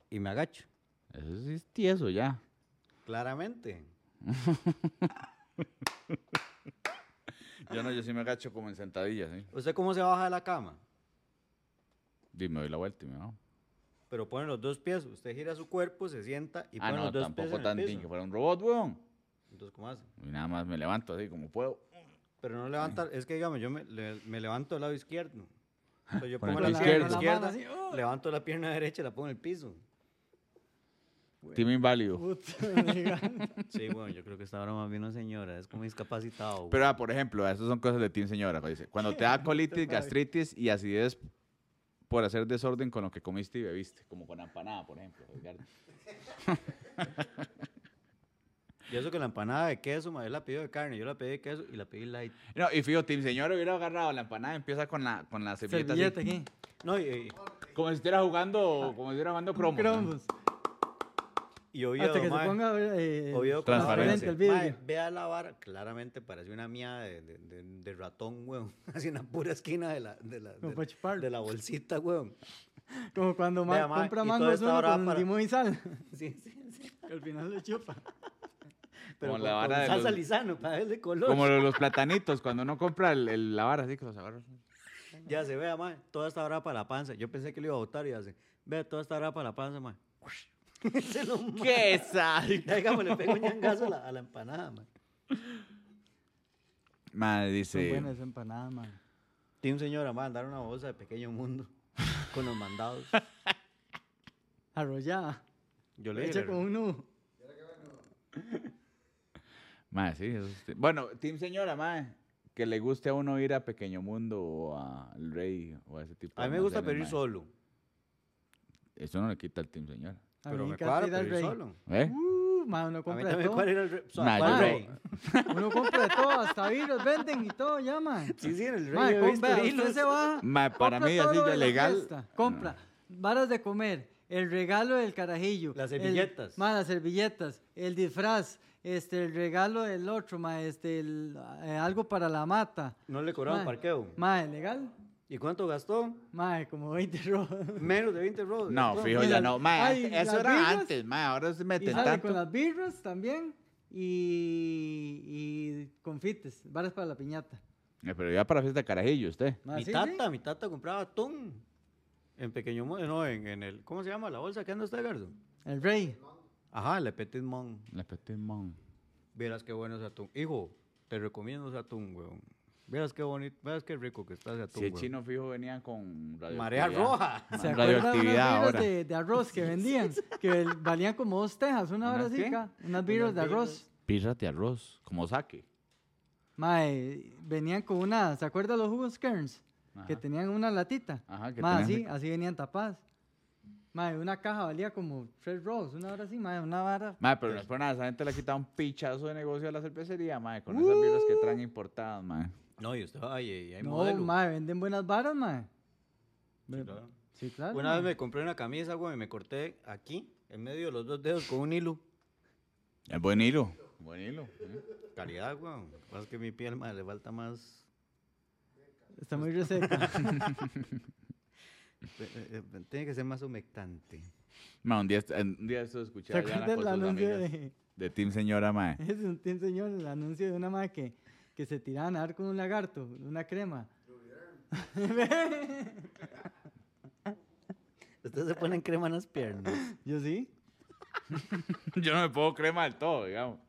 Speaker 2: y me agacho,
Speaker 3: Eso sí es tieso ya.
Speaker 2: claramente.
Speaker 3: Yo no, yo sí me agacho como en sentadillas, ¿sí?
Speaker 2: ¿Usted cómo se baja de la cama?
Speaker 3: Y me doy la vuelta y me bajo.
Speaker 2: Pero pone los dos pies, usted gira su cuerpo, se sienta y
Speaker 3: ah,
Speaker 2: pone
Speaker 3: no,
Speaker 2: los dos pies
Speaker 3: tampoco
Speaker 2: en
Speaker 3: tan
Speaker 2: el
Speaker 3: tin que
Speaker 2: piso.
Speaker 3: fuera un robot, weón.
Speaker 2: Entonces, ¿cómo hace?
Speaker 3: Y nada más me levanto así como puedo.
Speaker 2: Pero no levanta, es que digamos, yo me, le- me levanto del lado izquierdo. Entonces, yo
Speaker 3: Con el
Speaker 2: pongo la
Speaker 3: pie
Speaker 2: pierna
Speaker 3: izquierdo.
Speaker 1: La mano
Speaker 2: izquierda,
Speaker 1: así,
Speaker 3: ¡uh!
Speaker 1: ¡oh!
Speaker 2: levanto la pierna derecha y la pongo en el piso.
Speaker 3: Team inválido.
Speaker 1: Puta, legal.
Speaker 2: Sí, bueno, yo creo que está ahora más bien una señora, es como discapacitado. güey.
Speaker 3: Pero, ah, por ejemplo, esas son cosas de Team Señora. cuando dice, Cuando te da colitis, gastritis y acidez por hacer desorden con lo que comiste y bebiste, como con empanada, por ejemplo. pues, Edgardo.
Speaker 2: Y eso que la empanada de queso, madre, la pidió de carne, yo la pedí de queso y la pedí light.
Speaker 3: No, y fijo, Team Señora hubiera agarrado la empanada, empieza con la, con la servilleta, así,
Speaker 1: Servilleta aquí.
Speaker 2: No, y,
Speaker 3: como si estuviera jugando, como si estuviera jugando cromos. ¿no?
Speaker 1: Cromos.
Speaker 2: y, y Oviedo,
Speaker 1: Hasta que
Speaker 2: mae,
Speaker 1: se ponga eh,
Speaker 2: Oviedo con la
Speaker 1: transparente
Speaker 3: Transparencia.
Speaker 1: el
Speaker 2: frente.
Speaker 1: vidrio.
Speaker 2: Mae, vea la vara, claramente parece una mía de, de- de- de ratón, weón. Así en la pura esquina de la, de la,
Speaker 1: Como
Speaker 2: de-
Speaker 1: para chuparlo.
Speaker 2: de la bolsita, weón.
Speaker 1: Como cuando ma-
Speaker 2: Vea, mae,
Speaker 1: compra
Speaker 2: y toda
Speaker 1: mangos
Speaker 2: esta
Speaker 1: uno
Speaker 2: hora
Speaker 1: con
Speaker 2: para-
Speaker 1: limón y sal.
Speaker 2: Sí, sí, sí.
Speaker 1: que al final lo chupa.
Speaker 2: Pero
Speaker 3: Como
Speaker 2: con,
Speaker 3: la vara
Speaker 2: con
Speaker 3: de
Speaker 2: salsa
Speaker 3: los-
Speaker 2: lisano, para verle color.
Speaker 3: Como lo- los platanitos, cuando uno compra el, el- la vara, así que los agarra.
Speaker 2: Ya se vea, mae, toda esta hora para la panza. Yo pensé que lo iba a botar y hace, vea, toda esta hora para la panza, mae. se lo ma-
Speaker 3: ¡Qué sádico!
Speaker 2: Ya, digamos, le pego un ñangazo a la, a la empanada, mae.
Speaker 3: Madre,
Speaker 1: Son
Speaker 3: dice,
Speaker 1: buenas empanadas, man.
Speaker 2: Tiene un señor a mandar una bolsa de pequeño mundo con los mandados.
Speaker 1: Arrollada.
Speaker 2: Yo le dije,
Speaker 1: Hecha con un nudo.
Speaker 3: madre, sí, eso es- Bueno, Team Señora, madre, que le guste a uno ir a Pequeño Mundo o a El Rey o a ese tipo
Speaker 2: a mí
Speaker 3: de
Speaker 2: me gusta
Speaker 3: almacenes,
Speaker 2: pedir
Speaker 3: mae.
Speaker 2: solo.
Speaker 3: Eso no le quita al Team Señora.
Speaker 1: A
Speaker 2: pero
Speaker 1: mí
Speaker 2: me
Speaker 1: encanta
Speaker 2: cuadra
Speaker 1: ir al
Speaker 2: pedir
Speaker 1: Rey.
Speaker 2: solo.
Speaker 3: ¿Eh?
Speaker 1: Uh, ma, uno
Speaker 2: A mí
Speaker 1: compra de
Speaker 2: también me
Speaker 1: todo.
Speaker 2: cuadra ir al re- so-
Speaker 3: Nah,
Speaker 2: ¿cuál
Speaker 3: yo-
Speaker 2: rey.
Speaker 1: Uno compra de todo. Hasta virus venden y todo, ya, man.
Speaker 2: Sí, sí, en el rey.
Speaker 1: Ma,
Speaker 2: he
Speaker 1: com-
Speaker 2: visto
Speaker 1: vea, usted
Speaker 2: hilos.
Speaker 1: se va,
Speaker 3: Ma, para
Speaker 1: compra
Speaker 3: mí,
Speaker 1: todo
Speaker 3: así
Speaker 1: lo
Speaker 3: ya
Speaker 1: de la
Speaker 3: legal,
Speaker 1: fiesta, compra varas de comer, el regalo del carajillo.
Speaker 2: Las
Speaker 1: el-
Speaker 2: servilletas.
Speaker 1: ma, las servilletas, el disfraz, este, el regalo del otro, ma, este, el, eh, algo para la mata.
Speaker 2: No le cobraron
Speaker 1: Ma,
Speaker 2: parqueo.
Speaker 1: Ma, ¿legal?
Speaker 2: ¿Y cuánto gastó?
Speaker 1: Ma, como 20 rojos.
Speaker 2: Menos de 20 robos.
Speaker 3: No,
Speaker 2: gastó.
Speaker 3: fijo,
Speaker 1: y
Speaker 3: ya
Speaker 1: las-
Speaker 3: no. Ma,
Speaker 1: ay,
Speaker 3: eso
Speaker 1: las
Speaker 3: era
Speaker 1: birras,
Speaker 3: antes, ma, ahora se
Speaker 1: Y
Speaker 3: meten
Speaker 1: sale con
Speaker 3: tanto.
Speaker 1: las birras también y, y confites, varas para la piñata.
Speaker 3: Eh, Pero ya para fiesta de carajillo, usted.
Speaker 1: Ma,
Speaker 2: Mi
Speaker 1: Ah, sí, sí.
Speaker 2: tata, mi tata compraba atún. En pequeño mundo, no, en, en el, ¿cómo se llama la bolsa que anda usted, Gardo?
Speaker 1: El rey.
Speaker 2: Ajá, Le Petit Mon.
Speaker 3: Le Petit Mon.
Speaker 2: Vieras qué bueno ese atún. Hijo, te recomiendo ese atún, weón. Vieras qué bonito, vieras qué rico que está ese atún,
Speaker 3: Si el
Speaker 2: weón.
Speaker 3: chino fijo venía con
Speaker 2: Marea
Speaker 3: radioactividad.
Speaker 2: roja.
Speaker 1: ¿Se
Speaker 3: Ma,
Speaker 1: acuerdan unas
Speaker 3: radioactividad
Speaker 1: birras
Speaker 3: ahora.
Speaker 1: de, de arroz que vendían? Que el- valían como dos tejas, una hora
Speaker 3: ¿Unas
Speaker 1: así,
Speaker 3: qué?
Speaker 1: ca, unas birras de
Speaker 2: Unas
Speaker 1: arroz.
Speaker 3: Pirras de arroz, como saque.
Speaker 1: Mae, venían con una, ¿se acuerdan los jugos Kearns? Que
Speaker 3: Ajá.
Speaker 1: tenían una latita.
Speaker 3: Ajá, que
Speaker 1: Mae,
Speaker 3: tenían
Speaker 1: así,
Speaker 3: rico.
Speaker 1: así venían tapadas. Mae, una caja valía como tres rolls, una hora así, mae, una vara.
Speaker 3: Madre, pero no es por nada, esa gente le ha quitado un pichazo de negocio a la cervecería, madre, con
Speaker 1: Uh.
Speaker 3: esas birras que traen importadas, madre.
Speaker 2: No, y usted, ay, y hay
Speaker 1: no,
Speaker 2: modelo.
Speaker 1: mae, venden buenas varas, mae. Ve-
Speaker 2: claro.
Speaker 1: Sí, claro.
Speaker 2: Una
Speaker 1: mae.
Speaker 2: vez me compré una camisa, güey, y me corté aquí, en medio de los dos dedos, con un hilo.
Speaker 3: Es buen hilo. Buen hilo. ¿eh?
Speaker 2: Calidad, güey. Lo que pasa es que mi piel, madre, le falta más.
Speaker 1: Está muy reseca.
Speaker 2: eh, eh, eh, Tiene que ser más humectante.
Speaker 3: Madre, un día, est- un día esto
Speaker 1: ¿Se
Speaker 3: escuchaba a Yana
Speaker 1: acuerdan
Speaker 3: con
Speaker 1: el
Speaker 3: sus
Speaker 1: anuncio
Speaker 3: amigas
Speaker 1: de.?
Speaker 3: de Team Señora, madre.
Speaker 1: Es un un señor, el anuncio de una madre que, que se tiraba a nadar con un lagarto, una crema.
Speaker 2: Ustedes se ponen crema en las piernas.
Speaker 1: Yo sí.
Speaker 3: Yo no me puedo crema del todo, digamos.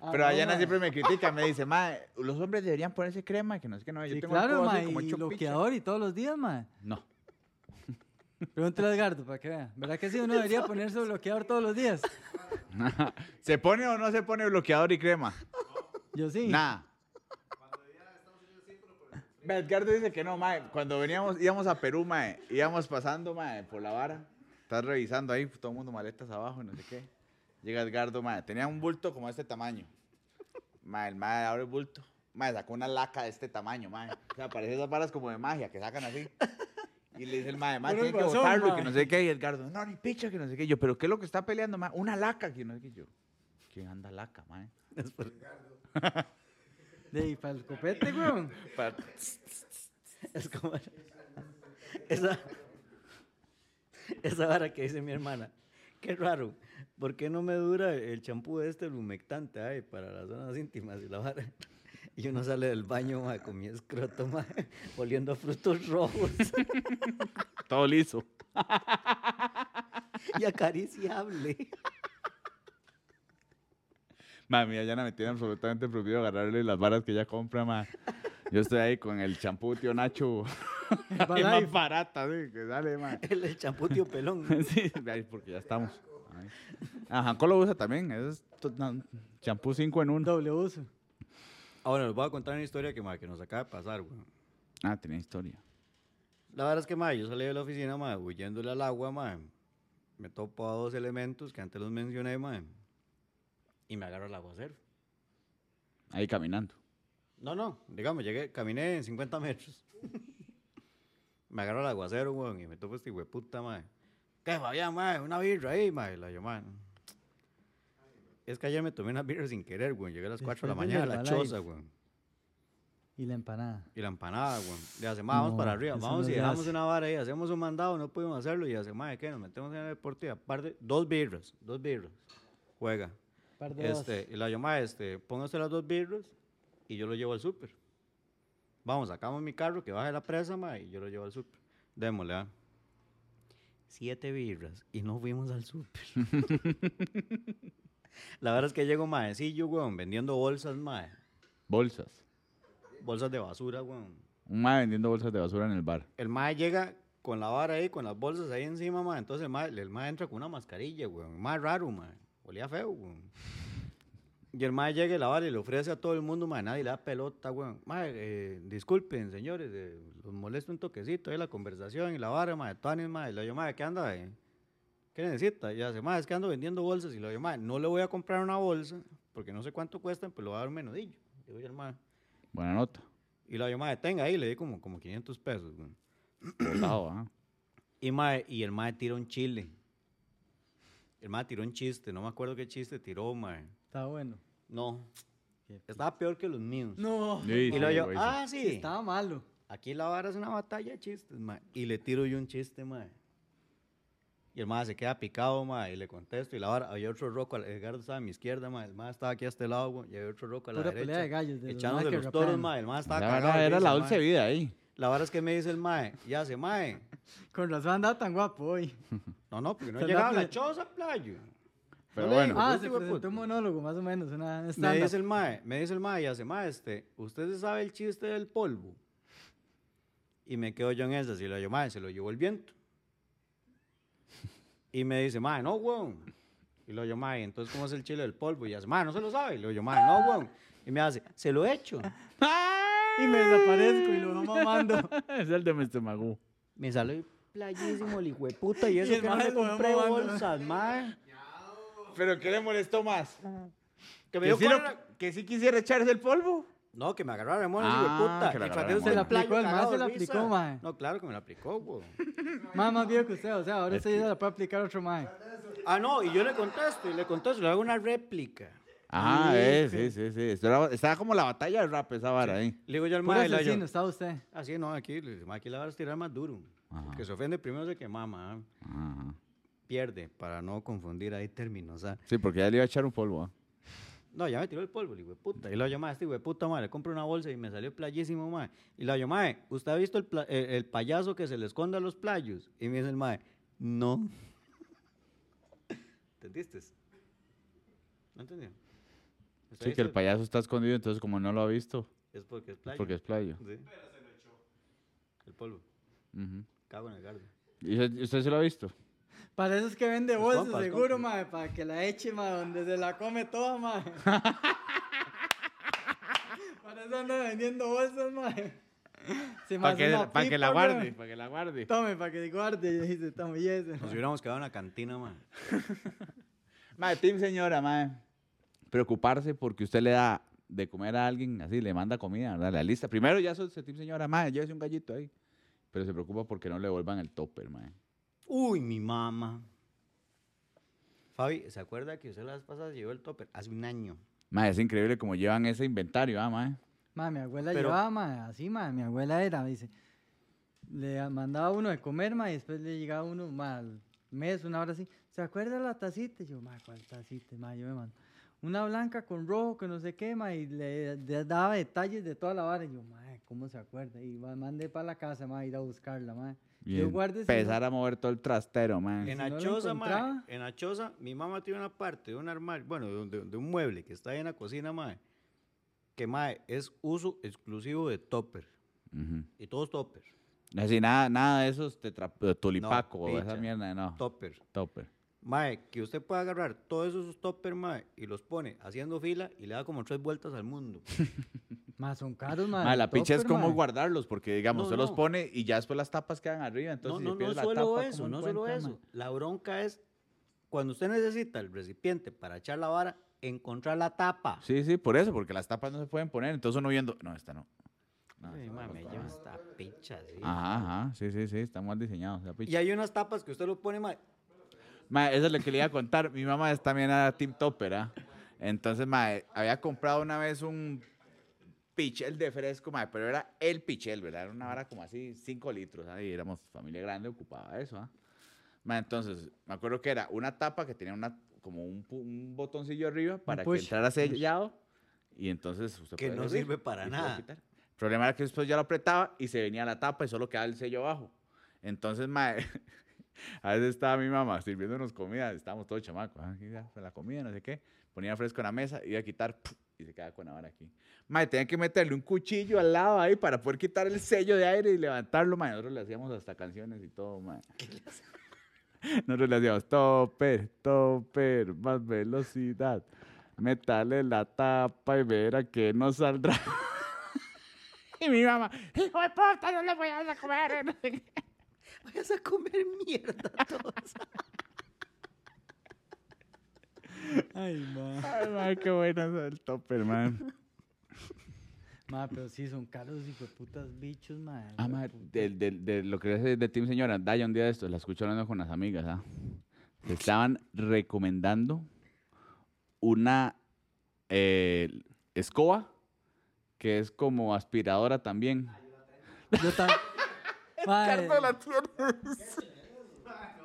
Speaker 1: Ah,
Speaker 3: Pero
Speaker 1: no,
Speaker 3: Ayana
Speaker 1: mae.
Speaker 3: siempre me critica, me dice, madre, los hombres deberían ponerse crema, que no es que no, yo
Speaker 1: Sí,
Speaker 3: tengo el
Speaker 1: claro,
Speaker 3: codo así
Speaker 1: mae,
Speaker 3: como
Speaker 1: y
Speaker 3: hecho picha".
Speaker 1: bloqueador y todos los días, mae.
Speaker 3: No.
Speaker 1: Pregúntale a Edgardo para que vea. ¿Verdad que sí uno debería ponerse bloqueador todos los días?
Speaker 3: ¿Se pone o no se pone bloqueador y crema?
Speaker 1: Yo sí.
Speaker 3: Nada. Edgardo dice que no, mae. Cuando veníamos, íbamos a Perú, mae. Íbamos pasando, mae, por la vara. Estás revisando ahí, todo el mundo maletas abajo, no sé qué. Llega Edgardo, mae. Tenía un bulto como este tamaño. Mae, el mae abre el bulto. Mae, sacó una laca de este tamaño, mae. O sea, parece esas varas como de magia que sacan así. Y le dice el mae, mae,
Speaker 1: Puro
Speaker 3: tiene que
Speaker 1: guasón,
Speaker 3: botarlo, que
Speaker 1: mae.
Speaker 3: no sé qué. Y Edgardo, no, ni picha, que no sé qué. Yo, pero ¿qué es lo que está peleando, mae? Una laca, que no sé qué. Yo, ¿quién anda laca, mae?
Speaker 1: De ahí para el copete, weón.
Speaker 3: Para-
Speaker 2: Es como. Esa. Esa vara que dice mi hermana. Qué raro. ¿Por qué no me dura el champú este, el humectante, ay, para las zonas íntimas y la vara? Y uno sale del baño, mae, con mi escroto, mae, oliendo a frutos rojos
Speaker 3: Todo liso.
Speaker 2: y acariciable.
Speaker 3: Mami, ya me tiene absolutamente prohibido agarrarle las varas que ella compra, ma. Yo estoy ahí con el champú, tío Nacho.
Speaker 1: El
Speaker 3: Es
Speaker 1: Balay.
Speaker 3: más barata, sí, que sale, ma.
Speaker 2: El, el champú tío pelón.
Speaker 3: Sí, ay, porque ya estamos. Ay. Ah, Janco lo usa también. Es to- na- champú 5 en 1.
Speaker 1: Doble uso.
Speaker 2: Ahora les voy a contar una historia que, mae, que nos acaba de pasar, güey.
Speaker 3: Ah, tenía historia.
Speaker 2: La verdad es que, mae, yo salí de la oficina, mae, huyéndole al agua, mae. Me topo a dos elementos que antes los mencioné, mae. Y me agarró el aguacero.
Speaker 3: Ahí caminando.
Speaker 2: No, no, digamos, llegué, caminé en 50 metros. me agarró el aguacero, weón, y me topo este hueputa, mae. ¿Qué, Fabián, mae? Una birra ahí, mae. La llamada. Es que ayer me tomé una birra sin querer, weón. Llegué a las 4 de la
Speaker 1: Después del
Speaker 2: mañana a la
Speaker 1: Herbalife.
Speaker 2: choza, weón.
Speaker 1: Y la empanada.
Speaker 2: Y la empanada, weón. Le hace, "Ma, vamos
Speaker 1: No,
Speaker 2: para arriba,
Speaker 1: eso
Speaker 2: vamos
Speaker 1: no
Speaker 2: y
Speaker 1: se
Speaker 2: dejamos
Speaker 1: hace.
Speaker 2: una vara ahí, hacemos un mandado, no pudimos hacerlo. Y hace, madre, ¿qué? Nos metemos en el deporte y aparte, dos birras, dos birras. Juega.
Speaker 1: Par de dos.
Speaker 2: Este, y la llamada, este, póngase las dos birras y yo lo llevo al súper. Vamos, sacamos mi carro que baje la presa, ma, y yo lo llevo al súper. Démosle, ah. Siete birras y no fuimos al súper. la verdad es que llego maecillo, weón, vendiendo bolsas, mae.
Speaker 3: Bolsas.
Speaker 2: Bolsas de basura, weón.
Speaker 3: Un ma vendiendo bolsas de basura en el bar.
Speaker 2: El mae llega con la vara ahí, con las bolsas ahí encima, mae. Entonces el mae, el mae entra con una mascarilla, weón. Más raro, mae. Olía feo, weón. Y el mae llega y la vara y le ofrece a todo el mundo, mae. Nadie le da pelota, weón. Mae, eh, disculpen, señores, eh, los molesto un toquecito ahí la conversación y la vara, mae. Tuanis, mae. Le digo, mae, ¿qué anda, eh? ¿Qué necesita? Y hace, mae, es que ando vendiendo bolsas. Y le digo, mae, no le voy a comprar una bolsa porque no sé cuánto cuestan, pero le voy a dar un menudillo. Le digo, yo al mae.
Speaker 3: Buena nota.
Speaker 2: Y la llamada, tenga ahí, le di como, como 500 pesos, weón.
Speaker 3: Volado, ah.
Speaker 2: Y, mae- y el mae tiró un chile. El mae tiró un chiste, no me acuerdo qué chiste tiró, mae.
Speaker 1: Está bueno.
Speaker 2: No,
Speaker 1: Qué pi-
Speaker 2: estaba peor que los míos.
Speaker 1: No.
Speaker 3: Sí,
Speaker 2: Y luego
Speaker 3: sí,
Speaker 2: yo,
Speaker 3: güey, sí.
Speaker 2: ah,
Speaker 1: Sí,
Speaker 2: sí,
Speaker 1: Estaba malo.
Speaker 2: aquí la vara es una batalla de chistes, mae. Y le tiro yo un chiste, mae. Y el mae se queda picado, mae, y le contesto. Y la vara, había otro roco, al- Edgardo estaba a mi izquierda, mae. El mae estaba aquí a este lado, güey, y había otro roco a la
Speaker 1: Pura
Speaker 2: derecha.
Speaker 1: pelea de gallos, de los
Speaker 2: echándose
Speaker 1: mae que
Speaker 2: los toros,
Speaker 1: rapean.
Speaker 2: mae. El mae estaba
Speaker 3: La
Speaker 2: cagado de
Speaker 3: verdad, era la
Speaker 2: risa,
Speaker 3: dulce
Speaker 2: mae.
Speaker 3: vida ahí.
Speaker 2: La vara es que me dice el mae, ya se mae.
Speaker 1: Con razón andaba tan guapo hoy.
Speaker 2: No, no, porque no
Speaker 1: Pero
Speaker 2: llegaba a
Speaker 1: la-
Speaker 2: la choza, playo.
Speaker 3: Pero
Speaker 2: le
Speaker 3: bueno.
Speaker 2: digo,
Speaker 1: Ah,
Speaker 2: este
Speaker 1: se
Speaker 2: hijo de
Speaker 1: presentó un
Speaker 2: puta.
Speaker 1: monólogo, más o menos. Una
Speaker 2: Me
Speaker 1: estándar.
Speaker 2: dice el mae, me dice el mae y hace mae este, ¿usted se sabe el chiste del polvo? Y me quedo yo en esa, si lo llevo mae, se lo llevó el viento. Y me dice, mae, no, weón. Y lo yo, mae, entonces, ¿cómo es el chile del polvo? Y hace, mae, no se lo sabe. Y lo yo, mae, no, weón. Y me hace, se lo he hecho. Ah.
Speaker 1: Y me desaparezco y lo va mamando.
Speaker 3: Es el de Mr. Magoo.
Speaker 2: Me sale
Speaker 4: playísimo el hijueputa y eso
Speaker 1: el
Speaker 4: que no
Speaker 1: mae
Speaker 4: me
Speaker 1: lo veo
Speaker 4: compré
Speaker 1: mamando.
Speaker 4: bolsas, mae.
Speaker 3: ¿Pero qué le molestó más? Que,
Speaker 2: dio
Speaker 3: sí lo-
Speaker 2: cólera.
Speaker 3: que sí quisiera echarse el polvo.
Speaker 2: No, que me agarraron el mono,
Speaker 3: Ah,
Speaker 2: hijo de puta.
Speaker 3: que la
Speaker 2: Y
Speaker 3: agarraron
Speaker 2: traté
Speaker 3: el
Speaker 2: de usar
Speaker 3: mono.
Speaker 2: la playa,
Speaker 1: Se la aplicó, el mae
Speaker 2: cagado de
Speaker 1: se la
Speaker 2: risa.
Speaker 1: aplicó, mae.
Speaker 2: No, claro que me la aplicó, güey.
Speaker 1: Más más viejo que usted, o sea, ahora usted ya la puede aplicar a otro mae.
Speaker 2: Ah, no, y yo le contesto, y le contesto, le hago una réplica.
Speaker 3: Ah, eh, sí, sí, sí. Esto era- estaba como la batalla de rap esa vara eh. ahí.
Speaker 2: Le digo yo al
Speaker 1: Puro
Speaker 2: mae, le digo
Speaker 1: asesino,
Speaker 2: yo,
Speaker 1: está usted.
Speaker 2: Así no, aquí, le digo, "Mae, aquí la vas a tirar más duro.
Speaker 3: Ajá.
Speaker 2: El que se ofende primero es el que mama, ¿ah?
Speaker 3: Ajá.
Speaker 2: pierde, para no confundir ahí términos. ¿ah?
Speaker 3: Sí, porque ya le iba a echar un polvo. ¿ah?
Speaker 2: No, ya me tiró el polvo, el hijo de puta. Y lo llamaba este hijo de puta, mae, le compro una bolsa y me salió playísimo, mae. Y la llamaba, ¿usted ha visto el, pla- el- el payaso que se le esconde a los playos? Y me dice el mae, no. ¿Entendiste? ¿No entendí? ¿Usted ha
Speaker 3: Sí, que el
Speaker 2: visto
Speaker 3: payaso está escondido, entonces como no lo ha visto,
Speaker 2: Es porque es
Speaker 3: es
Speaker 2: playo.
Speaker 3: porque es playa.
Speaker 2: Sí. El polvo.
Speaker 3: Ujú.
Speaker 2: Cago en el gardo.
Speaker 3: ¿Y usted, usted se lo ha visto?
Speaker 1: Para eso es que vende
Speaker 2: Los
Speaker 1: bolsas,
Speaker 2: compas,
Speaker 1: seguro,
Speaker 2: compas.
Speaker 1: mae, para que la eche, mae, donde se la come toda, mae. para eso anda vendiendo bolsas, mae. Se me
Speaker 3: Para
Speaker 1: hace
Speaker 3: que,
Speaker 1: una
Speaker 3: pa' que la
Speaker 1: pipa,
Speaker 3: guarde,
Speaker 1: weón.
Speaker 3: para que la guarde.
Speaker 1: Tome, para que guarde, y dice, tome, y ese.
Speaker 2: Nos hubiéramos quedado en la cantina, man.
Speaker 3: Mae, team señora, mae. Preocuparse porque usted le da de comer a alguien, así, le manda comida, ¿verdad? La lista. Primero ya sos team señora, mae, llévese un gallito ahí. Pero se preocupa porque no le vuelvan el topper, mae.
Speaker 2: Uy, mi mamá. Fabi, ¿se acuerda que usted las pasadas llevó el topper hace un año?
Speaker 3: Mae, es increíble como llevan ese inventario, ah, mae.
Speaker 1: Ma, mi abuela
Speaker 2: Pero-
Speaker 1: llevaba, ma, así, ma, mi abuela era, dice, le mandaba uno de comer, ma, y después le llegaba uno, ma, al mes, una hora así, ¿se acuerda la tacita? Y yo, ma, ¿cuál tacita? Ma, yo me mando, una blanca con rojo, que no sé qué, ma, y le, le daba detalles de toda la vara, y yo, ma, ¿cómo se acuerda? Y ma, mandé para la casa, ma, a ir a buscarla, ma.
Speaker 3: Y
Speaker 1: yo guardé ese-
Speaker 3: empezar a mover todo el trastero, mae.
Speaker 2: En
Speaker 1: no lo
Speaker 2: Achosa,
Speaker 1: encontraba?
Speaker 2: mae, en Achosa, mi mamá tiene una parte de un armario, bueno, de, un- de- de un mueble que está ahí en la cocina, mae, que mae, es uso exclusivo de topper.
Speaker 3: Ujú.
Speaker 2: Y todos topper.
Speaker 3: Así, nada, nada de esos tetra, eh, tulipaco o esa
Speaker 2: picha.
Speaker 3: mierda, no.
Speaker 2: Topper.
Speaker 3: Topper.
Speaker 2: Mae, que usted puede agarrar todos esos topper, mae, y los pone haciendo fila y le da como tres vueltas al mundo.
Speaker 1: Ma, son caros, ma.
Speaker 3: Mae, la picha es como
Speaker 1: como
Speaker 3: guardarlos, porque digamos,
Speaker 2: No,
Speaker 3: usted los
Speaker 2: no.
Speaker 3: pone y ya después las tapas quedan arriba. Entonces, si
Speaker 2: no, no,
Speaker 3: pierde
Speaker 2: no
Speaker 3: la
Speaker 2: solo
Speaker 3: tapa,
Speaker 2: eso,
Speaker 3: ¿cómo
Speaker 2: no solo
Speaker 3: encuentra,
Speaker 2: eso.
Speaker 3: mae?
Speaker 2: La bronca es cuando usted necesita el recipiente para echar la vara, encontrar la tapa.
Speaker 3: Sí, sí, por eso, porque las tapas no se pueden poner. Entonces uno viendo, no, esta no. No,
Speaker 2: Ay,
Speaker 3: esta Ah, no, Ah,
Speaker 2: mami,
Speaker 3: esta
Speaker 2: yo
Speaker 3: no.
Speaker 2: esta picha, sí.
Speaker 3: Ajá, ajá, sí, sí, sí, está mal diseñado esa
Speaker 2: Y
Speaker 3: picha.
Speaker 2: hay unas tapas que usted lo pone, mae.
Speaker 3: Mae, eso es lo que le iba a contar. Mi mamá es- también era Team Topper, ¿ah? Entonces, mae, había comprado una vez un pichel de fresco, mae, pero era el pichel, ¿verdad? Era una vara como así, 5 litros, ¿ah? Y éramos familia grande, ocupaba eso, ¿ah? Mae, entonces, me acuerdo que era una tapa que tenía una, como un, pu- un botoncillo arriba para que
Speaker 1: push,
Speaker 3: entrara sellado. Y entonces usted
Speaker 2: Que
Speaker 3: podía
Speaker 2: no
Speaker 3: abrir
Speaker 2: sirve para
Speaker 3: y se podía
Speaker 2: nada.
Speaker 3: quitar. El problema era que después ya lo apretaba y se venía la tapa y solo quedaba el sello abajo. Entonces, mae, a veces estaba mi mamá sirviéndonos comida, estábamos todos chamacos, ah, aquí ya, la comida, no sé qué, ponía fresco en la mesa, iba a quitar ¡puf! y se quedaba con la vara aquí. Mae, tenía que meterle un cuchillo al lado ahí para poder quitar el sello de aire y levantarlo, mae. Nosotros le hacíamos hasta canciones y todo, mae. Nosotros le hacíamos topper, topper, más velocidad. Metale la tapa y verá que no saldrá. y mi mamá, hijo de puta, no le voy a dar a comer. no sé qué.
Speaker 2: Vayas a comer mierda todos.
Speaker 1: Ay, ma.
Speaker 3: Ay, mae, qué buena esa del topper, man.
Speaker 1: Ma, pero sí, son caros, hijo de putas bichos, ma.
Speaker 3: Ah, mae, de, de, de lo que es de Team Señora, Daya, un día de estos, la escucho hablando con las amigas, ¿ah? Le estaban recomendando una eh, escoba que es como aspiradora también.
Speaker 1: Yo también.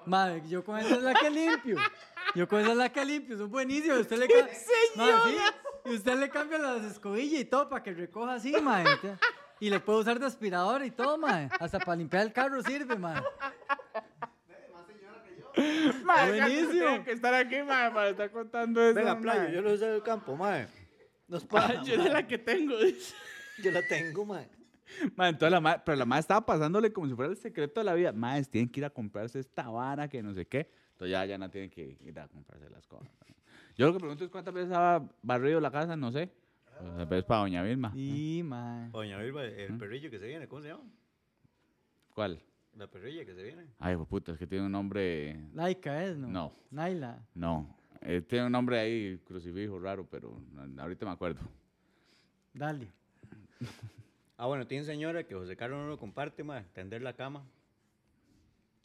Speaker 1: Madre, yo con esa es la que limpio. Yo con esa es la que limpio. Son buenísimos. Usted le ca- Madre, sí, Y usted le cambia las escobillas y todo para que recoja así, madre. Ente- Y le puede usar de aspirador y todo, madre. Hasta para limpiar el carro sirve, madre.
Speaker 3: Mae,
Speaker 1: buenísimo.
Speaker 3: tenía que estar aquí, mae, para estar contando eso.
Speaker 2: Venga, playo,
Speaker 3: mae.
Speaker 2: yo lo usé del campo, mae. Nos pagan,
Speaker 3: Yo
Speaker 2: mae.
Speaker 3: de la que tengo, dice.
Speaker 2: Yo la tengo, mae.
Speaker 3: Mae, entonces la mae- pero la madre estaba pasándole como si fuera el secreto de la vida. Madres, tienen que ir a comprarse esta vara que no sé qué. Entonces ya, ya no tienen que ir a comprarse las cosas. mae. Yo lo que pregunto es cuántas veces ha barrido la casa, no sé. Pues, Tal vez para Doña Vilma.
Speaker 1: Y, madre.
Speaker 2: ¿Mm? Doña Vilma, el perrillo que se viene, ¿cómo se llama?
Speaker 3: ¿Cuál?
Speaker 2: La perrilla que se viene.
Speaker 3: Ay, hijo de puta, es que tiene un nombre.
Speaker 1: Laica es, ¿no?
Speaker 3: No.
Speaker 1: Naila.
Speaker 3: No. eh, tiene un nombre ahí, crucifijo raro, pero na- ahorita me acuerdo.
Speaker 1: Dale.
Speaker 2: Ah, bueno, tiene señora que José Carlos no lo comparte, mae. Tender la cama.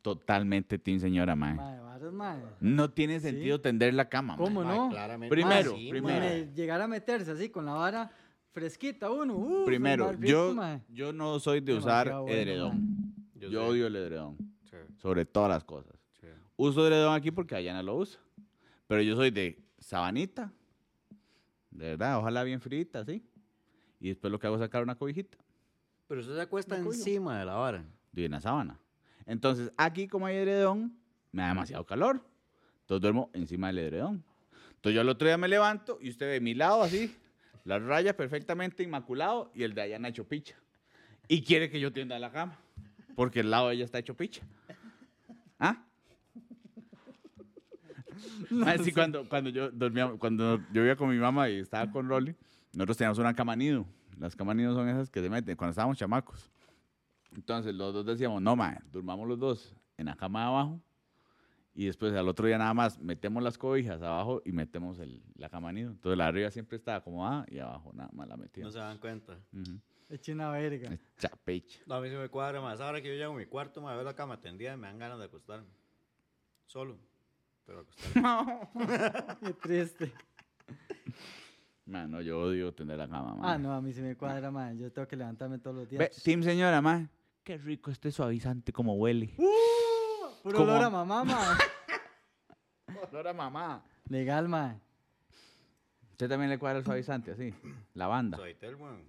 Speaker 3: Totalmente Team Señora, mae.
Speaker 1: Mae, varas, mae.
Speaker 3: No tiene sentido tender la cama, mae.
Speaker 1: ¿Cómo
Speaker 2: Mae,
Speaker 1: no?
Speaker 2: claramente. Ah,
Speaker 3: Primero,
Speaker 2: mae,
Speaker 1: Mae,
Speaker 3: primero.
Speaker 2: mae.
Speaker 1: llegar a meterse así con la vara fresquita, uno. uh,
Speaker 3: Primero,
Speaker 1: mal rico,
Speaker 3: yo,
Speaker 1: mae.
Speaker 3: yo no soy de usar
Speaker 1: Demasiado bueno,
Speaker 3: edredón.
Speaker 2: Yo
Speaker 3: Yo,
Speaker 2: sé.
Speaker 3: odio el edredón,
Speaker 2: Sí,
Speaker 3: sobre todas las cosas.
Speaker 2: sí.
Speaker 3: Uso edredón aquí porque Ayana lo usa. Pero yo soy de sabanita, de verdad, ojalá bien frita, ¿sí? Y después lo que hago es sacar una cobijita
Speaker 2: Pero usted se acuesta encima de la vara.
Speaker 3: de una sábana. Entonces, aquí como hay edredón, me da demasiado calor. Entonces duermo encima del edredón. Entonces yo al otro día me levanto y usted ve mi lado así, las rayas perfectamente inmaculado y el de Ayana hecho picha. Y quiere que yo tienda la cama, porque el lado de ella está hecho picha. ¿Ah? Así cuando, cuando yo dormía, cuando yo vivía con mi mamá y estaba con Rolly, nosotros teníamos una cama nido. Las camas nido son esas que se meten cuando estábamos chamacos. Entonces los dos decíamos, no, mae, durmamos los dos en la cama de abajo y después al otro día nada más metemos las cobijas abajo y metemos el, la cama nido. Entonces la de arriba siempre está acomodada y abajo nada más la
Speaker 2: No
Speaker 3: metimos.
Speaker 2: se dan cuenta.
Speaker 3: Ujú.
Speaker 1: Eche una verga.
Speaker 3: Es chapecha.
Speaker 2: No, a mí se me cuadra más. Ahora que yo llego a mi cuarto, me veo la cama tendida y me dan ganas de acostarme. Solo. Pero acostarme.
Speaker 1: Qué triste.
Speaker 3: Man, no, yo odio tener la cama, mae.
Speaker 1: Ah, no, a mí se me cuadra, mae. Yo tengo que levantarme todos los días.
Speaker 3: Ve, team señora, Uh, mae. Qué rico este suavizante como huele.
Speaker 1: Puro
Speaker 3: ¿Cómo?
Speaker 1: olor a mamá, mae.
Speaker 3: Olor a mamá.
Speaker 1: Legal, mae.
Speaker 3: ¿Usted también le cuadra el suavizante así? Lavanda.
Speaker 2: Suavitel, weón.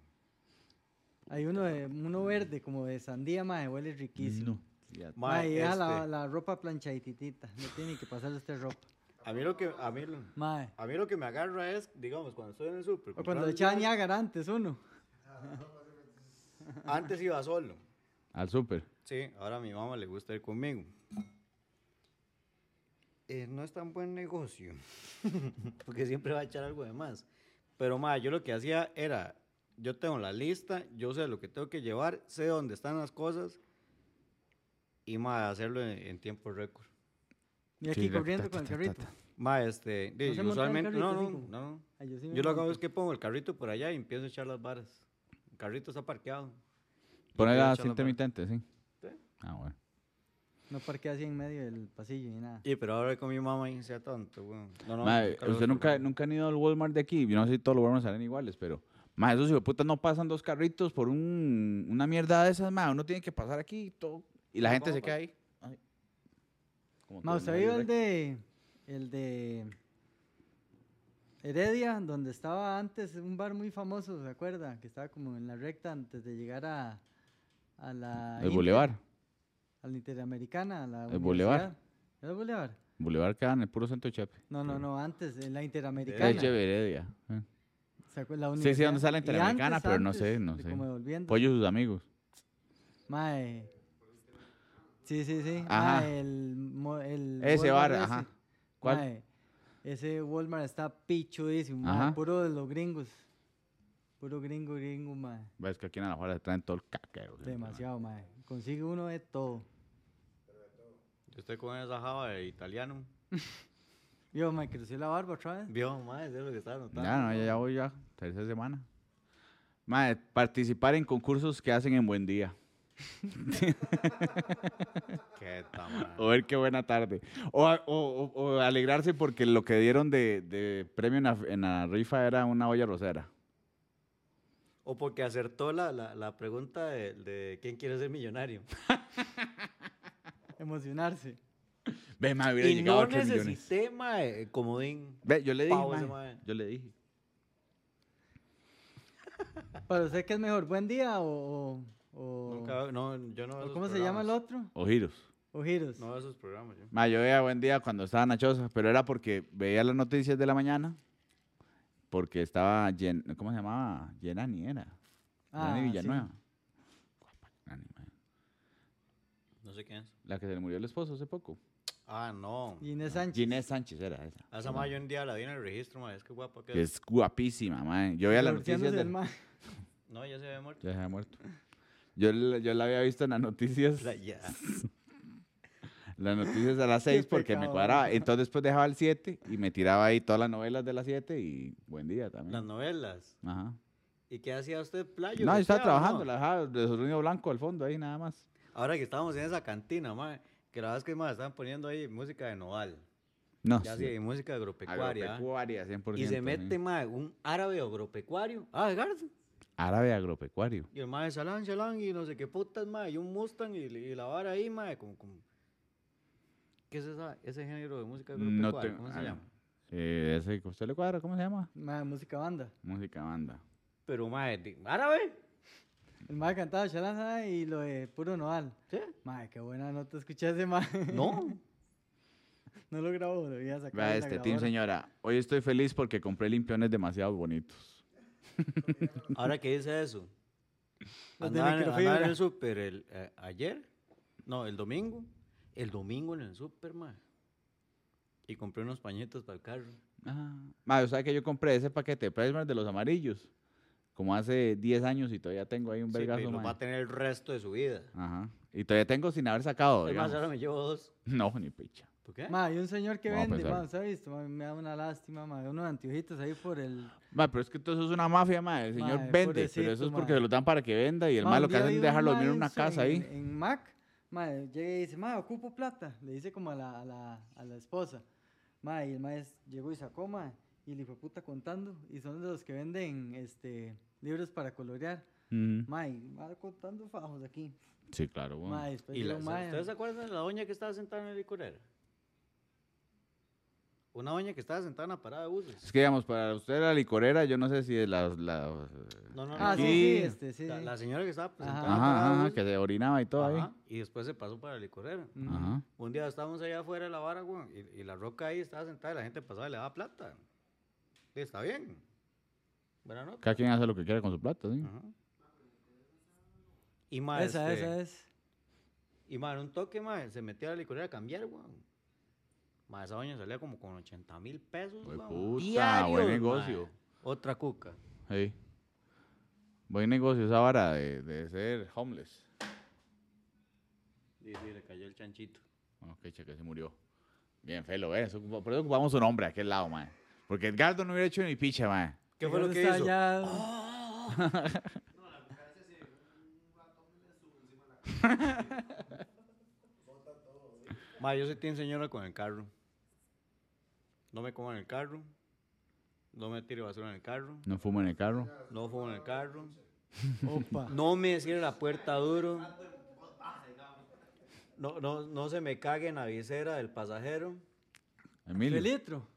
Speaker 1: Hay uno, de, uno verde, como de sandía, mae. Huele riquísimo.
Speaker 3: No. Ya-
Speaker 2: Ma,
Speaker 1: Mae, y deja la,
Speaker 2: este,
Speaker 1: la ropa planchaditita. No tiene que pasarle usted ropa.
Speaker 2: A mí lo que a mí, lo-
Speaker 1: Mae.
Speaker 2: a mí lo que me agarra es, digamos, cuando estoy en el súper.
Speaker 1: O cuando
Speaker 2: comprando
Speaker 1: echaba
Speaker 2: ya-
Speaker 1: Niágara antes, uno.
Speaker 2: Antes iba solo.
Speaker 3: Al súper.
Speaker 2: Sí, ahora a mi mamá le gusta ir conmigo. Eh, no es tan buen negocio, porque siempre va a echar algo de más. Pero ma, yo lo que hacía era, yo tengo la lista, yo sé lo que tengo que llevar, sé dónde están las cosas y ma, hacerlo en, en tiempo récord.
Speaker 1: Y aquí
Speaker 3: Sí, la-
Speaker 1: corriendo
Speaker 3: ta,
Speaker 1: con el
Speaker 3: ta, ta,
Speaker 1: carrito.
Speaker 3: ta,
Speaker 2: Ma, este, di,
Speaker 1: ¿No se monta en
Speaker 2: usualmente,
Speaker 1: carrito
Speaker 2: no,
Speaker 1: así
Speaker 2: no,
Speaker 1: como?
Speaker 2: no, no.
Speaker 1: Ay, sí me
Speaker 2: Yo lo que hago
Speaker 1: monto.
Speaker 2: es que pongo el carrito por allá y empiezo a echar las varas. El carrito está parqueado. Yo
Speaker 3: Poner
Speaker 2: empiezo a
Speaker 3: las
Speaker 2: echar las varas.
Speaker 3: intermitentes, ¿sí?
Speaker 2: Sí.
Speaker 3: Ah, bueno.
Speaker 1: No parquea así en medio del pasillo ni nada.
Speaker 2: Y pero ahora con mi mamá y sea tonto, weón. No, no,
Speaker 3: Mae,
Speaker 2: nunca lo
Speaker 3: usted
Speaker 2: hago,
Speaker 3: nunca,
Speaker 2: weón.
Speaker 3: nunca han ido al Walmart de aquí. Yo no sé si todos los Walmart salen iguales, pero. Mae, esos hijueputas no pasan dos carritos por un, una mierda de esas, mae. Uno tiene que pasar aquí y todo. Y la
Speaker 2: No,
Speaker 3: gente
Speaker 2: ¿cómo
Speaker 3: se queda
Speaker 2: pasa?
Speaker 3: ahí. Ay. Como
Speaker 1: Ma,
Speaker 3: que
Speaker 1: ¿usted
Speaker 3: no
Speaker 1: vio
Speaker 3: hay
Speaker 1: el de, el de Heredia, donde estaba antes un bar muy famoso, ¿se acuerda? Que estaba como en la recta antes de llegar a, a la...
Speaker 3: El
Speaker 1: Inter-
Speaker 3: Boulevard.
Speaker 1: A la Interamericana, a la
Speaker 3: El Boulevard.
Speaker 1: universidad. ¿Era el Boulevard?
Speaker 3: Boulevard queda en el puro centro de Chepe.
Speaker 1: No, no, no, antes, en la Interamericana.
Speaker 3: Es Chepe Heredia. eh.
Speaker 1: ¿Se acuerda? La
Speaker 3: Sí, sí,
Speaker 1: universidad.
Speaker 3: ¿dónde está
Speaker 1: Y
Speaker 3: la
Speaker 1: antes,
Speaker 3: Interamericana? Pero no sé,
Speaker 1: antes,
Speaker 3: no
Speaker 1: de
Speaker 3: sé.
Speaker 1: Como devolviendo.
Speaker 3: Pollo y sus amigos.
Speaker 1: Mae. Sí, sí, sí.
Speaker 3: Ajá.
Speaker 1: Mae, el, mo- el
Speaker 3: Ese
Speaker 1: Walmart
Speaker 3: bar, ajá.
Speaker 1: ese.
Speaker 3: ¿Cuál?
Speaker 1: Mae, ese Walmart está pichudísimo, mae,
Speaker 3: Ajá.
Speaker 1: puro de los gringos. Puro gringo, gringo, mae.
Speaker 3: Ves que aquí en Alajuela se traen todo el caqueo. siempre, mae.
Speaker 1: Demasiado, mae. Consigue uno de todo.
Speaker 2: Yo estoy con esa java de italiano.
Speaker 1: Yo, mae, creció la barba otra vez.
Speaker 2: Vio, madre, eso es lo que estaba notando.
Speaker 3: Ya, no, ya, ya voy ya. Tercera semana. Mae, participar en concursos que hacen en Buen Día.
Speaker 2: Qué tamaño.
Speaker 3: O ver qué buena tarde. O, a- o- o- o alegrarse porque lo que dieron de, de premio en la, en la rifa era una olla rosera.
Speaker 2: O porque acertó la, la, la pregunta de, de quién quiere ser millonario.
Speaker 1: Emocionarse.
Speaker 3: Ve, mae, hubiera
Speaker 2: Y
Speaker 3: llegado
Speaker 2: no
Speaker 3: a tres millones.
Speaker 2: necesité, mae, comodín.
Speaker 3: Ve, yo le dije,
Speaker 2: pavo ese
Speaker 3: mae,
Speaker 2: mae.
Speaker 3: Yo le dije.
Speaker 1: ¿Para usted qué es mejor? ¿Buen día o.? o- o-
Speaker 2: Nunca, no, yo no
Speaker 1: o
Speaker 2: veo esos
Speaker 1: ¿Cómo se llama el otro?
Speaker 2: programas.
Speaker 3: O giros.
Speaker 1: ¿O Giros?
Speaker 2: No veo esos programas, yo.
Speaker 3: Mae, yo veía Buen Día cuando estaba en la choza, pero era porque veía las noticias de la mañana. Porque estaba, Yen- ¿cómo se llamaba? Yenani era. Yenani
Speaker 1: Ah, sí.
Speaker 3: Villanueva. Guapa Yenani, mae.
Speaker 2: No sé quién es.
Speaker 3: La que se le murió el esposo hace poco.
Speaker 2: Ah, no.
Speaker 1: Ginés Sánchez.
Speaker 3: Ginés Sánchez era esa.
Speaker 2: A esa madre yo un día la vi en el registro, mae. Es que guapa que
Speaker 3: Que
Speaker 2: es.
Speaker 3: es guapísima, mae. Yo veía las
Speaker 1: Divorciándose
Speaker 3: noticias
Speaker 1: del mae.
Speaker 3: del...
Speaker 2: No, ya se había muerto.
Speaker 3: Ya se había muerto. Yo, la- yo la había visto en las noticias.
Speaker 2: Playa.
Speaker 3: Las noticias a las
Speaker 1: Qué
Speaker 3: 6 porque me
Speaker 1: pecado.
Speaker 3: cuadraba. Entonces después dejaba el 7 y me tiraba ahí todas las novelas de las 7 y buen día
Speaker 2: Las
Speaker 3: también.
Speaker 2: novelas.
Speaker 3: Ajá.
Speaker 2: ¿Y qué hacía usted, playo?
Speaker 3: No, yo estaba
Speaker 2: ¿Golpeaba o
Speaker 3: trabajando,
Speaker 2: no?
Speaker 3: la dejaba de sonido blanco al fondo ahí nada más.
Speaker 2: Ahora que estábamos en esa cantina, mae, que la verdad es que mae, estaban poniendo ahí música de Noval.
Speaker 3: No,
Speaker 2: Ya
Speaker 3: Ah, sí,
Speaker 2: sí, música agropecuaria. ¿ah?
Speaker 3: agropecuaria, 100%.
Speaker 2: Y se
Speaker 3: sí.
Speaker 2: mete, mae, un árabe agropecuario. Ah, Garza.
Speaker 3: Árabe agropecuario.
Speaker 2: Y el mae, salán, salán, y no sé qué putas, mae, y un Mustang, y, y la vara ahí, mae, como, como... ¿Qué es esa, ese género de música
Speaker 3: No
Speaker 2: agropecuaria?
Speaker 3: tengo-
Speaker 2: ¿Cómo
Speaker 3: ah,
Speaker 2: se
Speaker 3: no.
Speaker 2: llama?
Speaker 3: Eh, ese que usted le cuadra, ¿cómo se llama?
Speaker 1: Ma, música banda.
Speaker 3: Música banda.
Speaker 2: Pero, mae, di- árabe.
Speaker 1: El mae cantaba Shalanza y lo de puro Noal.
Speaker 2: ¿Sí?
Speaker 1: Mae, qué buena nota escuché ese mae.
Speaker 2: No.
Speaker 1: No lo grabó, lo voy a sacar. de
Speaker 3: Vea
Speaker 1: la
Speaker 3: este, Team
Speaker 1: grabadora.
Speaker 3: Señora. Hoy estoy feliz porque compré limpiones demasiado bonitos.
Speaker 2: Ahora que dice eso.
Speaker 1: Los de
Speaker 2: Andaba, en-
Speaker 1: microfibra.
Speaker 2: andaba en el súper el, eh, ayer. No, el domingo. El domingo en el súper, mae. Y compré unos pañitos para el carro.
Speaker 3: Ah, ma, o sea que yo compré ese paquete de Primark de los amarillos. Como hace 10 años y todavía tengo ahí un
Speaker 2: Sí,
Speaker 3: vergazo,
Speaker 2: pero los va
Speaker 3: ma.
Speaker 2: a tener el resto de su vida.
Speaker 3: Ajá. Y todavía tengo sin haber sacado,
Speaker 2: Es más, ahora
Speaker 3: digamos.
Speaker 2: me llevo dos.
Speaker 3: No, ni picha.
Speaker 2: ¿Por qué?
Speaker 1: Ma, hay un señor que
Speaker 3: Vamos a
Speaker 1: vende,
Speaker 3: pensarlo.
Speaker 1: ma, ¿usted ha visto? Ma, me da una lástima, ma, unos anteojitos ahí por el...
Speaker 3: Ma, pero es que todo eso es una mafia, ma. El señor
Speaker 1: Mae,
Speaker 3: vende, pero eso
Speaker 1: pobrecito,
Speaker 3: es porque
Speaker 1: mae.
Speaker 3: se lo dan para que venda y el
Speaker 1: Ma,
Speaker 3: malo
Speaker 1: un
Speaker 3: que
Speaker 1: día
Speaker 3: hacen es
Speaker 1: vi un
Speaker 3: dejarlo
Speaker 1: ma
Speaker 3: dormir en una
Speaker 1: su-
Speaker 3: casa ahí.
Speaker 1: En, en Mac, ma, llega y dice, ma, ocupo plata. Le dice como a la, a la, a la esposa. Ma, y el maestro llegó y sacó, ma, y le fue puta contando. Y son de los que venden, este, libros para colorear.
Speaker 3: Ujú.
Speaker 1: Ma, y va contando fajos aquí.
Speaker 3: Sí, claro, weón.
Speaker 1: Ma, después
Speaker 2: Y la-
Speaker 1: llegó, Pues ma,
Speaker 2: ¿Ustedes se acuerdan de la doña que estaba sentada en la licorera? Una doña que estaba sentada en la parada de
Speaker 3: Es
Speaker 2: buses.
Speaker 3: que, digamos, para usted la licorera, yo no sé si es la... la-
Speaker 2: No, no,
Speaker 1: Ah, sí, sí,
Speaker 3: Aquí.
Speaker 1: este, sí.
Speaker 2: La,
Speaker 1: sí.
Speaker 2: la señora que estaba pues,
Speaker 1: Ah,
Speaker 2: sentada en la
Speaker 3: Ajá,
Speaker 2: parada de
Speaker 3: ajá,
Speaker 2: buses.
Speaker 3: que se orinaba y todo ahí.
Speaker 2: Ajá, Y después se pasó para la licorera.
Speaker 1: Ujú.
Speaker 3: Ajá.
Speaker 2: Un día estábamos allá afuera de la vara, güey, y, y la roca ahí estaba sentada y la gente pasaba y le daba plata. Sí, está bien. Buena nota.
Speaker 3: Cada quien hace lo que quiera con su plata, ¿sí?
Speaker 2: Ajá. Y más, este,
Speaker 1: Esa, esa es.
Speaker 2: y más, un toque más, se metía a la licorera a cambiar, güey. Más esa doña salía como con 80 mil pesos.
Speaker 3: Güey,
Speaker 2: güey,
Speaker 3: puta, buen
Speaker 2: diarios,
Speaker 3: negocio.
Speaker 2: mae. Otra cuca.
Speaker 3: Sí. Buen negocio esa vara de, de ser homeless.
Speaker 2: Sí, sí, le cayó el chanchito.
Speaker 3: Ok, che, que se murió. Bien, Felo, ¿eh? Eso ocupa- Por eso ocupamos su nombre a aquel lado, man. Porque Edgardo no hubiera hecho ni picha, man.
Speaker 2: ¿Qué fue lo
Speaker 1: Ricardo
Speaker 2: que
Speaker 1: está
Speaker 2: hizo? Ah,
Speaker 1: ya-
Speaker 2: Ma, yo soy team señora con el carro. No me como en el carro. No me tire basura en el carro.
Speaker 3: No fumo en el carro.
Speaker 2: No fumo en el carro.
Speaker 1: Opa.
Speaker 2: No me cierre la puerta duro. No, no, no se me cague en la visera del pasajero.
Speaker 3: Emilio.
Speaker 1: Felitro.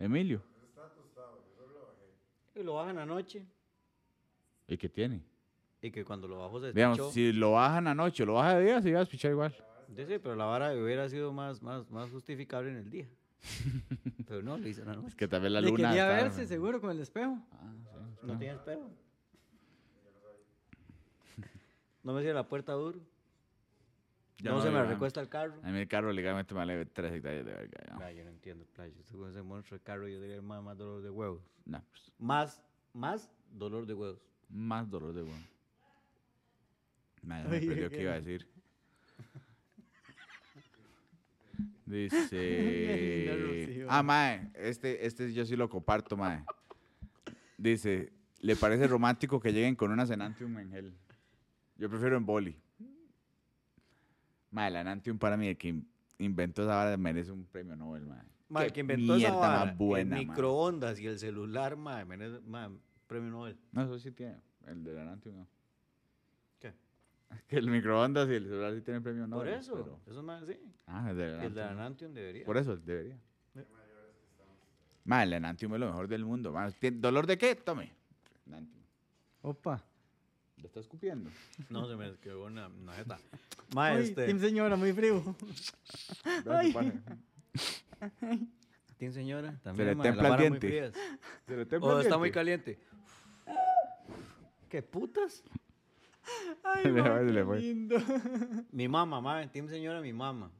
Speaker 3: Emilio.
Speaker 2: Y lo bajan anoche.
Speaker 3: ¿Y qué tiene?
Speaker 2: Y que cuando lo bajo se
Speaker 3: Digamos,
Speaker 2: despichó.
Speaker 3: si lo bajan anoche o lo baja de día, se iba a pichar igual.
Speaker 2: Sí, sí, pero la vara hubiera sido más, más, más justificable en el día. Pero no, lo hice en la
Speaker 3: Es
Speaker 2: noche.
Speaker 3: que tal vez la
Speaker 1: Le
Speaker 3: luna.
Speaker 1: quería
Speaker 3: estaba-
Speaker 1: verse seguro con el espejo.
Speaker 3: Ah, sí,
Speaker 2: No
Speaker 3: está.
Speaker 2: tienes pedo. No me cierre la puerta duro.
Speaker 3: Ya
Speaker 2: no, se me
Speaker 3: digamos.
Speaker 2: recuesta el carro.
Speaker 3: A mí el carro legalmente me vale 3 hectáreas de verga. digamos.
Speaker 2: Ma, Ah, yo no entiendo, playo. Este Estoy con ese monstruo de carro, yo diría más, más dolor de huevos.
Speaker 3: Nah, pues,
Speaker 2: Más, más dolor de huevos.
Speaker 3: más dolor de huevo. Nah, ya me
Speaker 1: Oye,
Speaker 3: perdió qué
Speaker 1: ¿qué?
Speaker 3: iba a decir. Dice.
Speaker 1: Rocío.
Speaker 3: ah, mae. Este, este yo sí lo comparto, mae. Dice: ¿Le parece romántico que lleguen con una Zenantium en gel? Yo prefiero en boli. Mae, la Zenantium para mí, el que in- inventó esa vara, merece un premio Nobel, mae.
Speaker 2: Ma,
Speaker 3: Qué
Speaker 2: el que inventó esa
Speaker 3: mierda
Speaker 2: vara,
Speaker 3: más buena,
Speaker 2: el
Speaker 3: mae.
Speaker 2: microondas y el celular, ma, merece- ma, premio Nobel.
Speaker 3: No, eso sí tiene. El de la Zenantium no.
Speaker 2: ¿Qué?
Speaker 3: Que el microondas y el celular sí tienen premio Nobel.
Speaker 2: Por eso,
Speaker 3: pero-
Speaker 2: eso es más, sí.
Speaker 3: Ah, el de
Speaker 2: El de ah.
Speaker 3: Anantium.
Speaker 2: Anantion debería.
Speaker 3: Por eso, debería.
Speaker 2: Sí.
Speaker 3: Ma, el Anantium es lo mejor del mundo. ma. ¿Tien- ¿Dolor de qué? Tome. Anantium.
Speaker 1: Opa.
Speaker 3: ¿Lo está escupiendo?
Speaker 2: No, se me quedó una, una jeta. Ma,
Speaker 1: Uy,
Speaker 2: este,
Speaker 1: Team señora, muy frío.
Speaker 3: Vea, se pone-
Speaker 2: Team señora,
Speaker 3: le
Speaker 2: también, ma,
Speaker 3: templa el
Speaker 2: la vara muy
Speaker 3: diente.
Speaker 2: frías.
Speaker 3: se le templa
Speaker 2: O
Speaker 3: el
Speaker 2: Oh, está muy
Speaker 3: diente.
Speaker 2: caliente. ¿Qué putas?
Speaker 1: Ay,
Speaker 3: Se le
Speaker 1: ma,
Speaker 3: va, se
Speaker 1: qué
Speaker 3: le fue.
Speaker 1: lindo.
Speaker 2: Mi mamá, ma, Team señora, mi mamá.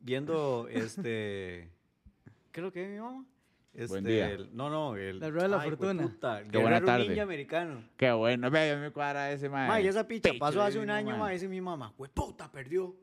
Speaker 2: Viendo, este, ¿qué es lo que es mi mamá? Este,
Speaker 3: Buen día.
Speaker 2: el- no, no, el.
Speaker 1: La rueda de la
Speaker 2: ay,
Speaker 1: fortuna.
Speaker 2: jueputa,
Speaker 3: Qué buena
Speaker 2: Guerrero
Speaker 3: tarde.
Speaker 2: Ninja americano.
Speaker 3: Qué bueno, ve, yo me cuadra ese, mae.
Speaker 2: Ma, y esa picha
Speaker 3: Pecho
Speaker 2: pasó
Speaker 3: de
Speaker 2: hace un
Speaker 3: mismo,
Speaker 2: año,
Speaker 3: mae.
Speaker 2: ma, dice mi mamá, puta, perdió.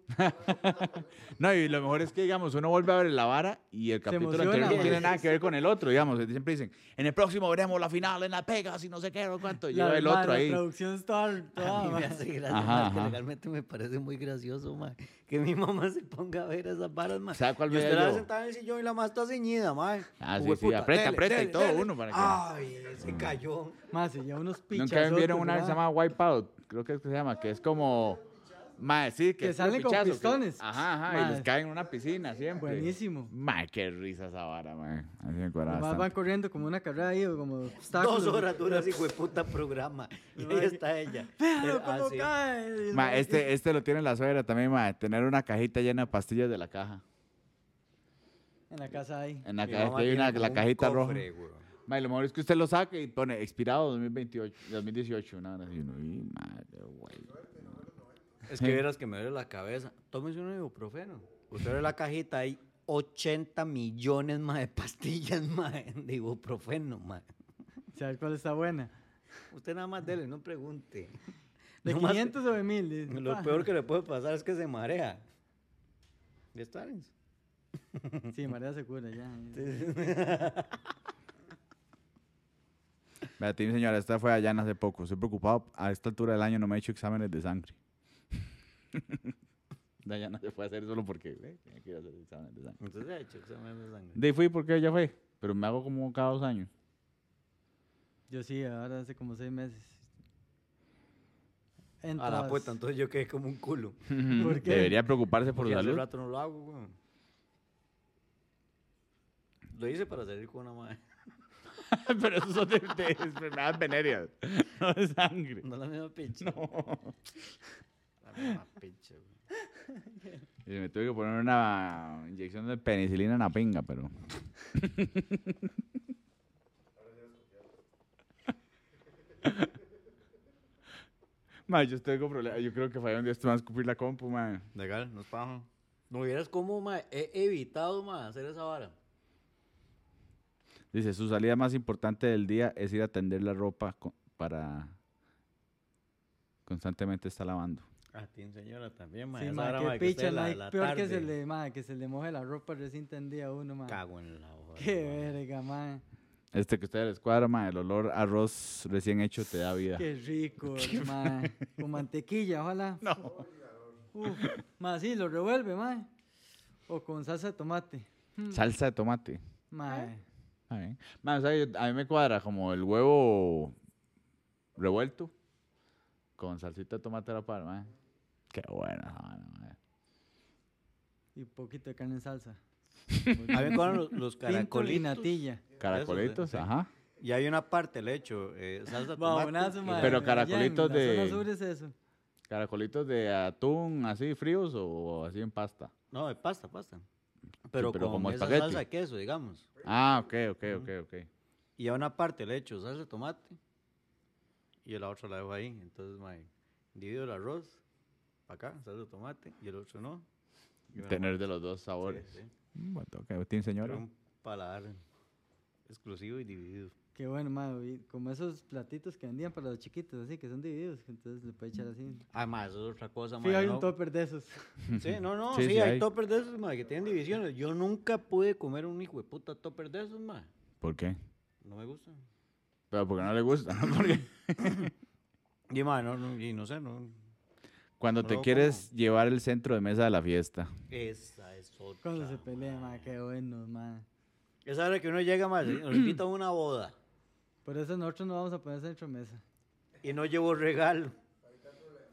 Speaker 3: No, y lo mejor es que, digamos, uno vuelve a ver la vara y el capítulo
Speaker 1: emociona,
Speaker 3: anterior no
Speaker 1: mae.
Speaker 3: tiene nada que ver con el otro, digamos. Siempre dicen, en el próximo veremos la final en Las Vegas y no sé qué, no cuánto. Y yo el
Speaker 1: ma, la
Speaker 3: otro ahí.
Speaker 1: traducción está toda,
Speaker 5: A mí
Speaker 1: Ah, ma.
Speaker 5: me hace gracia,
Speaker 3: Ajá,
Speaker 5: ma,
Speaker 3: ajá.
Speaker 5: que legalmente me parece muy gracioso, ma, que mi mamá se ponga a ver esas varas, ma.
Speaker 3: ¿Sabe cuál
Speaker 5: y usted
Speaker 3: veía
Speaker 5: la
Speaker 3: yo?
Speaker 5: ve sentada en el sillón y la más está ceñida, ma.
Speaker 3: Ah, sí,
Speaker 5: Hue
Speaker 3: sí,
Speaker 5: puta,
Speaker 3: aprieta,
Speaker 5: dele,
Speaker 3: aprieta y
Speaker 5: dele,
Speaker 3: todo
Speaker 5: dele.
Speaker 3: uno para que- Mm.
Speaker 5: Ay, se cayó.
Speaker 1: Ma, se lleva unos pichazos.
Speaker 3: Nunca vieron una que se llama Wipeout, creo que es que se llama, que es como. Mae, sí, que,
Speaker 1: Que
Speaker 3: es puro
Speaker 1: salen con
Speaker 3: pichazo, que-
Speaker 1: pistones.
Speaker 3: Ajá, ajá, y
Speaker 1: Mae.
Speaker 3: les caen en una piscina siempre.
Speaker 1: Buenísimo.
Speaker 3: Mae, qué risa esa vara, mae. Así me cuadra
Speaker 1: Además van
Speaker 3: bastante.
Speaker 1: corriendo como una carrera ahí o como obstáculos.
Speaker 5: Dos horas dura ese puta programa. Y ahí está ella.
Speaker 1: Véalo
Speaker 5: Pero, ah,
Speaker 1: cómo
Speaker 5: sí.
Speaker 1: cae. Y
Speaker 3: Mae,
Speaker 1: la-
Speaker 3: este, este lo tiene la suegra también, mae. Tener una cajita llena de pastillas de la caja.
Speaker 1: En la casa ahí.
Speaker 3: En la
Speaker 2: Mi
Speaker 3: caja
Speaker 2: mamá
Speaker 3: que hay
Speaker 2: tiene
Speaker 3: una,
Speaker 2: como
Speaker 3: la
Speaker 2: un
Speaker 3: cajita roja.
Speaker 2: cofre, weón.
Speaker 3: Ma, y lo mejor es que usted lo saque y pone expirado 2028, 2018, una hora así, uno, y madre, güey.
Speaker 2: Es que verás que me duele la cabeza. Tómese un ibuprofeno.
Speaker 5: Usted abre la cajita, hay 80 millones más de pastillas más de ibuprofeno, ma.
Speaker 1: ¿Sabes cuál está buena?
Speaker 5: Usted nada más dele, no pregunte.
Speaker 1: De
Speaker 5: No más-
Speaker 1: 500 o de 1000. dice,
Speaker 5: Lo
Speaker 1: pa.
Speaker 5: peor que le puede pasar es que se marea. ¿Ya está?
Speaker 1: Sí, María se cura ya.
Speaker 3: Vea, tiene señora, esta fue allá hace poco. Estoy preocupado, a esta altura del año no me he hecho exámenes de sangre. Dayana se fue a hacer solo porque eh, tenía que ir a hacer exámenes de sangre.
Speaker 5: Entonces, hecho, examen de sangre.
Speaker 3: De ahí fui porque ella fue, pero me hago como cada dos años.
Speaker 1: Yo sí, ahora hace como 6 meses.
Speaker 5: A la puerta,
Speaker 1: Entras-
Speaker 5: entonces yo quedé como un culo.
Speaker 1: ¿Por qué?
Speaker 3: Debería preocuparse por
Speaker 5: Porque
Speaker 3: su
Speaker 5: hace
Speaker 3: salud.
Speaker 5: rato no lo hago, weón. Lo hice para salir con una madre.
Speaker 3: pero eso son de, de enfermedades venéreas, no de sangre.
Speaker 5: No la misma pinche. No. La misma pinche, weón.
Speaker 3: Y me tuve que poner una inyección de penicilina en la pinga, pero. Ma, yo tengo problemas. Yo creo que fue un día estuve a escupir la compu, man.
Speaker 2: Legal, no es paja.
Speaker 5: No vieras cómo, ma, he evitado, ma, hacer esa vara.
Speaker 3: Dice, su salida más importante del día es ir a tender la ropa co- para constantemente estar lavando.
Speaker 5: A ti, señora, también, ma.
Speaker 1: Sí,
Speaker 5: esa
Speaker 1: ma,
Speaker 5: vara,
Speaker 1: qué
Speaker 5: ma, que
Speaker 1: picha,
Speaker 5: usted
Speaker 1: no
Speaker 5: la-
Speaker 1: hay
Speaker 5: la
Speaker 1: peor que se
Speaker 5: tarde.
Speaker 1: le, ma, que se le moje la ropa recién tendida a uno, ma.
Speaker 5: Cago en la hoja.
Speaker 1: Qué
Speaker 5: ma.
Speaker 1: verga, ma.
Speaker 3: Este que usted les cuadra, ma, el olor a arroz recién hecho te da vida.
Speaker 1: Qué rico, ma. Con mantequilla, ojalá. No. Uf, ma, sí, lo revuelve, ma. O con salsa de tomate.
Speaker 3: Salsa de tomate.
Speaker 1: Ma,
Speaker 3: Está bien. Ma, o sea, yo- a mí me cuadra como el huevo revuelto con salsita de tomate a la par, ma. Qué buena esa vara, ma.
Speaker 1: y poquito de carne en salsa.
Speaker 2: A mí me cuadran los, los
Speaker 1: Tinto y
Speaker 2: caracolitos.
Speaker 1: natilla.
Speaker 3: Caracolitos,
Speaker 2: sí.
Speaker 3: ajá.
Speaker 2: Y hay una parte, le echo eh, salsa tomate.
Speaker 1: Babonazo,
Speaker 2: y
Speaker 1: ma.
Speaker 2: la-
Speaker 1: allá
Speaker 3: Pero
Speaker 1: en la
Speaker 3: caracolitos
Speaker 1: zona
Speaker 3: de-
Speaker 1: sur es eso.
Speaker 3: Caracolitos de atún así fríos o así en pasta.
Speaker 2: No, de pasta, pasta. Pero,
Speaker 3: pero
Speaker 2: con
Speaker 3: como
Speaker 2: esa
Speaker 3: espagueti.
Speaker 2: salsa de queso, digamos.
Speaker 3: Ah, ok, ok, ok, ok.
Speaker 2: Y a una parte le echo salsa de tomate y a la otra la dejo ahí. Entonces, mae, divido el arroz para acá, salsa de tomate y el otro no. Y una
Speaker 3: Tener de los dos
Speaker 2: ma-
Speaker 3: sabores.
Speaker 2: sí, sí.
Speaker 3: Mm, bueno, ok, tiene
Speaker 2: Pero
Speaker 3: señora.
Speaker 2: un paladar exclusivo y dividido.
Speaker 1: Qué bueno, ma. y Como esos platitos que vendían para los chiquitos, así, que son divididos. que Entonces le puede echar así.
Speaker 2: Además, eso es otra cosa, mae,
Speaker 1: Sí, hay
Speaker 2: no-
Speaker 1: un topper de esos.
Speaker 2: Sí, no, no,
Speaker 3: Sí,
Speaker 2: sí,
Speaker 3: sí
Speaker 2: hay,
Speaker 3: hay.
Speaker 2: toppers de esos, mae, que tienen divisiones. Yo nunca pude comer un hijo de puta topper de esos, mae.
Speaker 3: ¿Por qué?
Speaker 2: No me gustan.
Speaker 3: Pero porque no le gusta. ¿no? Porque
Speaker 2: Y, mae, no, no, y no sé, no.
Speaker 3: cuando
Speaker 2: No
Speaker 3: te
Speaker 2: lo
Speaker 3: quieres llevar el centro de mesa de la fiesta.
Speaker 2: Esa es otra.
Speaker 1: Cuando se pelea, ma. Qué bueno, ma.
Speaker 2: Esa hora que uno llega, mae, nos invitan a una boda
Speaker 1: Por eso nosotros no vamos a poner centro mesa.
Speaker 2: y no llevo regalo.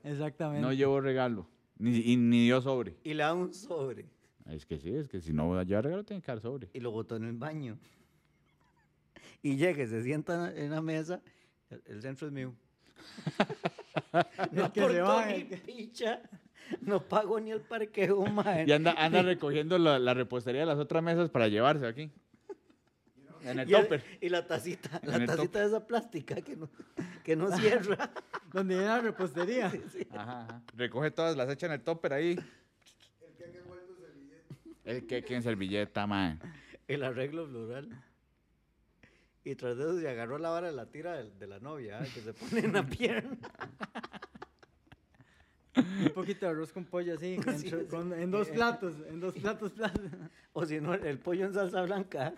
Speaker 1: Exactamente.
Speaker 3: No llevo regalo. Ni, y ni dio sobre.
Speaker 5: Y le da un sobre
Speaker 3: Es que sí, es que si no voy a llevar regalo, tiene que dar sobre.
Speaker 5: y lo botó en el baño. Y llega, y se sienta en la mesa. El, el centro es mío. no
Speaker 1: El que se
Speaker 5: aportó
Speaker 1: baja,
Speaker 5: ni
Speaker 3: eh.
Speaker 1: el que-
Speaker 5: picha. No pago ni el parqueo, mae.
Speaker 3: Y anda, anda recogiendo la, la repostería de las otras mesas para llevarse aquí. En el
Speaker 5: y, el-
Speaker 3: topper.
Speaker 5: y la tacita,
Speaker 3: En
Speaker 5: la
Speaker 3: el
Speaker 5: tacita de esa plástica que no, que no cierra.
Speaker 1: Donde viene la repostería.
Speaker 3: Ajá, ajá. Recoge todas, las echa en el topper ahí. El queque en servilleta, mae.
Speaker 5: El arreglo floral.
Speaker 2: Y tras de eso se agarró la vara de la tira de, de la novia, ah,
Speaker 5: ¿eh?
Speaker 2: que se pone en la pierna.
Speaker 1: Un poquito de arroz con pollo así, en,
Speaker 2: Sí,
Speaker 1: tro-
Speaker 2: sí. Eh.
Speaker 1: con- en dos platos, en dos platos, platos.
Speaker 2: O si no, el pollo en salsa blanca.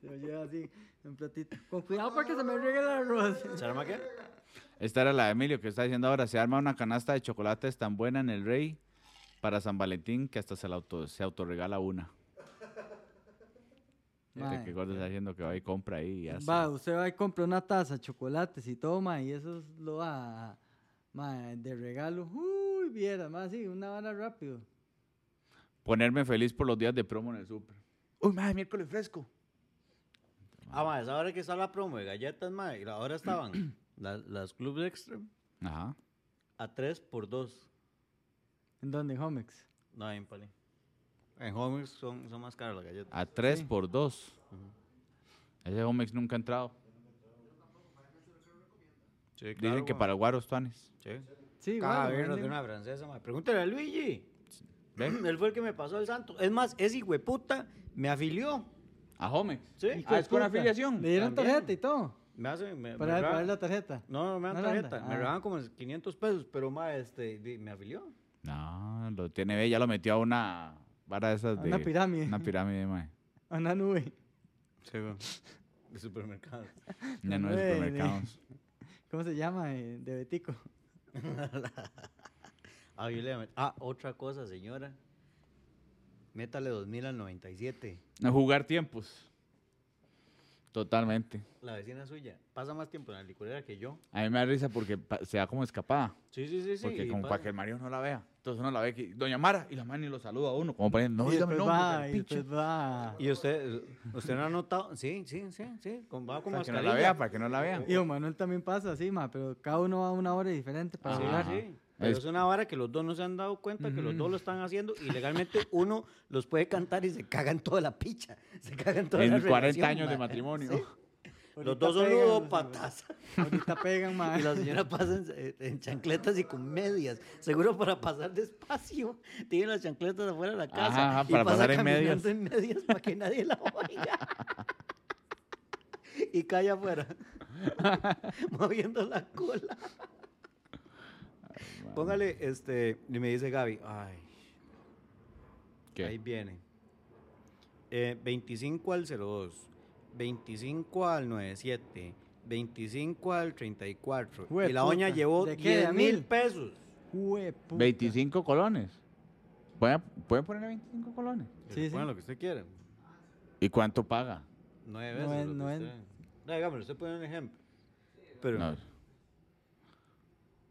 Speaker 1: Se lo lleva así, en un platito. Con cuidado para que se me riegue el arroz.
Speaker 2: ¿Se arma qué?
Speaker 3: Esta era la de Emilio que está diciendo ahora. Se arma una canasta de chocolates tan buena en el Rey para San Valentín que hasta se, la auto, se autorregala una. Este
Speaker 1: Mae.
Speaker 3: que gordo está diciendo que va y compra ahí y hace.
Speaker 1: Va, usted va y compra una taza, chocolates y toma, y eso es lo va mae, de regalo. Uy, viera, más así, una vara rápido.
Speaker 3: Ponerme feliz por los días de promo en el súper. Uy, madre, miércoles fresco.
Speaker 2: Ah, ma, esa hora que está la promo de galletas, ma, y la- ahora estaban la- las Club Extra
Speaker 3: Ajá.
Speaker 2: a 3 por 2
Speaker 1: ¿En dónde, Homex?
Speaker 2: No, en Pali. En Homex son, son más caras las galletas.
Speaker 3: A 3 por 2. Ese Homex nunca ha entrado.
Speaker 2: Sí,
Speaker 3: Dicen que para Guaros Tuanes.
Speaker 1: Sí,
Speaker 2: Cada
Speaker 1: igual. lo
Speaker 2: birra de
Speaker 1: venden.
Speaker 2: una francesa, ma. Pregúntale a Luigi.
Speaker 3: ¿Ve?
Speaker 2: Él fue el que me pasó el santo. Es más, ese hijueputa me afilió.
Speaker 3: A Homex.
Speaker 2: Sí.
Speaker 1: Hijo
Speaker 3: Ah,
Speaker 1: de
Speaker 3: es con
Speaker 1: puta.
Speaker 3: afiliación.
Speaker 1: Le dieron
Speaker 2: También.
Speaker 1: tarjeta y todo.
Speaker 2: Me hacen. me- me
Speaker 1: Para
Speaker 2: regalan-
Speaker 1: pagar la tarjeta.
Speaker 2: No, no me dan
Speaker 1: ¿No la
Speaker 2: tarjeta.
Speaker 1: anda?
Speaker 2: Me
Speaker 1: Ah.
Speaker 2: regalan como 500 pesos, pero ma, este, di- me afilió.
Speaker 3: No, lo tiene ve, ya lo metió a una vara de esas
Speaker 1: A
Speaker 3: de.
Speaker 1: una pirámide.
Speaker 3: Una pirámide, mae.
Speaker 1: A una nube.
Speaker 2: Sí, güey. De supermercado.
Speaker 3: Ya no es
Speaker 1: Güey, de-
Speaker 3: supermercados.
Speaker 1: ¿Cómo se llama? Eh, De Betico.
Speaker 2: Ah, yo le- ah, otra cosa, señora. Métale 2000 al 97.
Speaker 3: A jugar tiempos. Totalmente.
Speaker 2: La vecina suya pasa más tiempo en la licorera que yo.
Speaker 3: A mí me da risa porque pa- se da como escapada.
Speaker 2: Sí, sí, sí, sí.
Speaker 3: Porque
Speaker 2: y
Speaker 3: como para
Speaker 2: pasa.
Speaker 3: que el marido no la vea. Entonces uno la ve que Doña Mara y la mano y lo saluda a uno. Como para no,
Speaker 1: y
Speaker 3: dígame
Speaker 1: después
Speaker 3: el nombre,
Speaker 1: va,
Speaker 3: cara de
Speaker 1: y
Speaker 3: pinche.
Speaker 1: después va.
Speaker 2: Y usted, usted no ha notado, sí, sí, sí, sí, con, va con
Speaker 3: Para que no
Speaker 2: mascarilla.
Speaker 3: la vea, para que no la vea.
Speaker 1: Y don Manuel también pasa así, ma, pero cada uno va a una hora diferente para
Speaker 2: Sí,
Speaker 1: jugar.
Speaker 2: sí,
Speaker 3: Ajá.
Speaker 2: Pero
Speaker 3: Ah. Es-
Speaker 2: es una vara que los dos no se han dado cuenta que los dos lo están haciendo y legalmente uno los puede cantar y se cagan toda la picha, se cagan toda la
Speaker 3: En 40
Speaker 2: relación,
Speaker 3: años de
Speaker 2: ma.
Speaker 3: matrimonio.
Speaker 2: Los
Speaker 1: Ahorita
Speaker 2: dos son
Speaker 1: pegan,
Speaker 2: ludópatas
Speaker 1: Ahorita pegan, ma.
Speaker 2: y la señora pasa en, en chancletas y con medias, seguro para pasar despacio. Tiene las chancletas afuera de la
Speaker 3: Ajá,
Speaker 2: casa
Speaker 3: ajá,
Speaker 2: y
Speaker 3: para
Speaker 2: pasa
Speaker 3: pasar en
Speaker 2: caminando en medias para que nadie la oiga. y calla afuera, moviendo la cola. Póngale, este, y me dice Gaby, ay,
Speaker 3: ¿Qué?
Speaker 2: ahí viene. Eh, 25 al 02, 25 al 97, 25 al 34. y la
Speaker 1: Jueputa,
Speaker 2: doña llevó
Speaker 1: ¿de qué? ¿De
Speaker 2: 10
Speaker 1: mil?
Speaker 2: mil pesos.
Speaker 1: Jueputa.
Speaker 3: 25 colones. ¿Pueden, ¿Pueden ponerle 25 colones?
Speaker 1: Sí, sí.
Speaker 2: Pongan lo que usted quiera.
Speaker 3: ¿Y cuánto paga?
Speaker 2: Nueve
Speaker 1: No
Speaker 2: veces.
Speaker 1: es-
Speaker 2: lo que
Speaker 1: no es-
Speaker 2: usted- No, digámoslo, usted pone un ejemplo. Pero,
Speaker 3: No.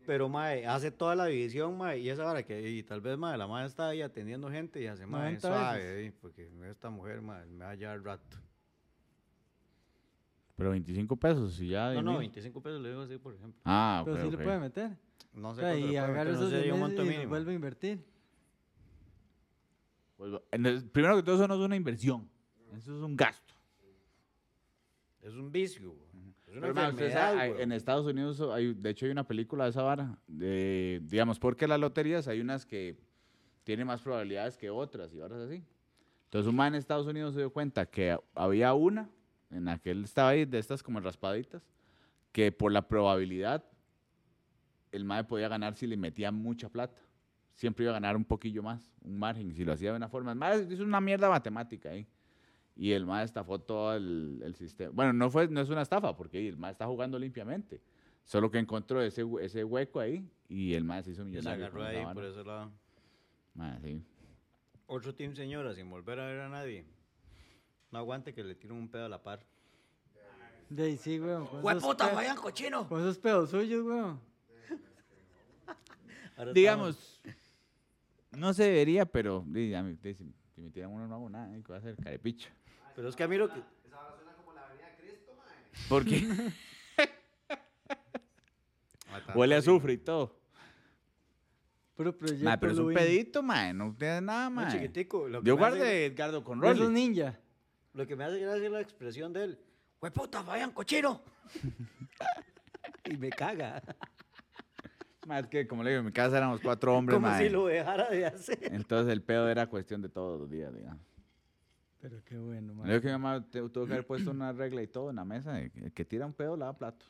Speaker 2: pero mae, hace toda la división, mae, y esa hora que, y tal vez, mae, la mae está ahí atendiendo gente y hace, mae,
Speaker 1: 90
Speaker 2: suave,
Speaker 1: veces.
Speaker 2: ahí, porque esta mujer, mae, me va a llevar rato.
Speaker 3: Pero 25 pesos y ya.
Speaker 2: No,
Speaker 3: diez
Speaker 2: no,
Speaker 3: mil.
Speaker 2: 25 pesos le digo así, por ejemplo.
Speaker 3: Ah, ok.
Speaker 1: Pero sí
Speaker 3: ok.
Speaker 1: le puede meter.
Speaker 2: No
Speaker 1: O
Speaker 2: sé
Speaker 1: sea,
Speaker 2: cuánto le
Speaker 1: y
Speaker 2: puedo
Speaker 1: agarra
Speaker 2: meter, no
Speaker 1: esos
Speaker 2: sé, hay
Speaker 1: 10
Speaker 2: un
Speaker 1: meses
Speaker 2: monto
Speaker 1: y los
Speaker 2: mínimo.
Speaker 1: vuelve a invertir.
Speaker 3: Pues, entonces, primero que todo, eso no es una inversión. Eso es un gasto.
Speaker 2: Es un vicio, güey. Es una
Speaker 3: Pero, ma, usted
Speaker 2: enfermedad,
Speaker 3: sabe, hay-
Speaker 2: güey.
Speaker 3: en Estados Unidos, hay, de hecho, hay una película de esa vara. de- digamos, porque las loterías hay unas que tienen más probabilidades que otras y varas así. Entonces, un man en Estados Unidos se dio cuenta que había una en la que él estaba ahí, de estas como raspaditas, que por la probabilidad el mae podía ganar si le metía mucha plata. Siempre iba a ganar un poquillo más, un margen, si lo hacía de una forma. El mae hizo una mierda matemática ahí. Y el mae estafó todo el, el sistema. Bueno, no, fue, no es una estafa, porque el mae está jugando limpiamente. Solo que encontró ese, hue- ese hueco ahí y el mae se hizo
Speaker 2: Y se
Speaker 3: millonario. pues,
Speaker 2: agarró
Speaker 3: con esa
Speaker 2: ahí
Speaker 3: vara.
Speaker 2: por ese lado.
Speaker 3: Mae, sí.
Speaker 2: Otro team, señora, sin volver a ver a nadie. No aguante que le tiren un pedo a la par.
Speaker 1: De ahí sí, weón. con esos pe-
Speaker 2: cochino!
Speaker 1: Con esos pedos suyos, weón.
Speaker 3: Digamos, no se debería, pero di, a mí, di, si, si me tiran uno no hago nada, ¿eh? ¿qué va a hacer? Carepicha.
Speaker 2: Pero es que a mí lo que...
Speaker 3: Porque
Speaker 2: Ah,
Speaker 3: huele a azufre y todo.
Speaker 1: Puro proyecto.
Speaker 3: Mae, pero es un
Speaker 1: Luis.
Speaker 3: pedito, mae, no tiene nada,
Speaker 2: Muy
Speaker 3: mae.
Speaker 2: chiquitico. Lo que
Speaker 3: Yo
Speaker 2: me hace-
Speaker 3: guardé Edgardo con
Speaker 1: Esos
Speaker 3: Rolly.
Speaker 1: ninja.
Speaker 2: Lo que me hace gracia es la expresión de él. ¡Hueputa, vayan cochino! y me caga.
Speaker 3: Mae, es que, como le digo, en mi casa éramos cuatro hombres,
Speaker 2: Como
Speaker 3: mae.
Speaker 2: si lo dejara de hacer.
Speaker 3: Entonces el pedo era cuestión de todos los días, digamos.
Speaker 1: Pero qué bueno, mae.
Speaker 3: Yo creo que mi mamá te- tuvo que haber puesto una regla y todo en la mesa. de que El que tira un pedo lava platos.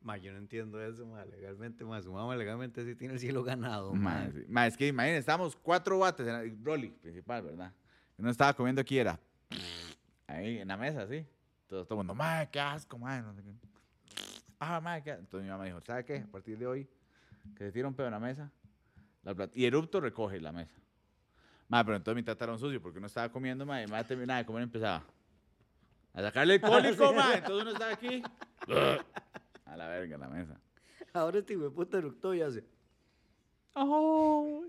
Speaker 6: Ma, yo no entiendo eso, ma, legalmente, ma, su mamá legalmente sí tiene el cielo
Speaker 2: Oh,
Speaker 6: ganado, ma.
Speaker 3: Mae, sí. Mae, es que imagínense, estábamos cuatro bates en el Rolly principal, ¿verdad? Yo no estaba comiendo aquí, era ahí en la mesa, sí. Todo, todo el mundo, madre, qué asco, madre. No sé qué. Ah, madre, qué asco". Entonces mi mamá dijo, ¿sabe qué? A partir de hoy, que se tira un pedo en la mesa, la plata- y erupto recoge la mesa. Madre, pero entonces me trataron sucio porque uno estaba comiendo, madre, y madre terminaba de comer y empezaba a sacarle el cólico, madre. Entonces uno estaba aquí, a la verga, la mesa.
Speaker 2: Ahora este hijo puta eructó y hace.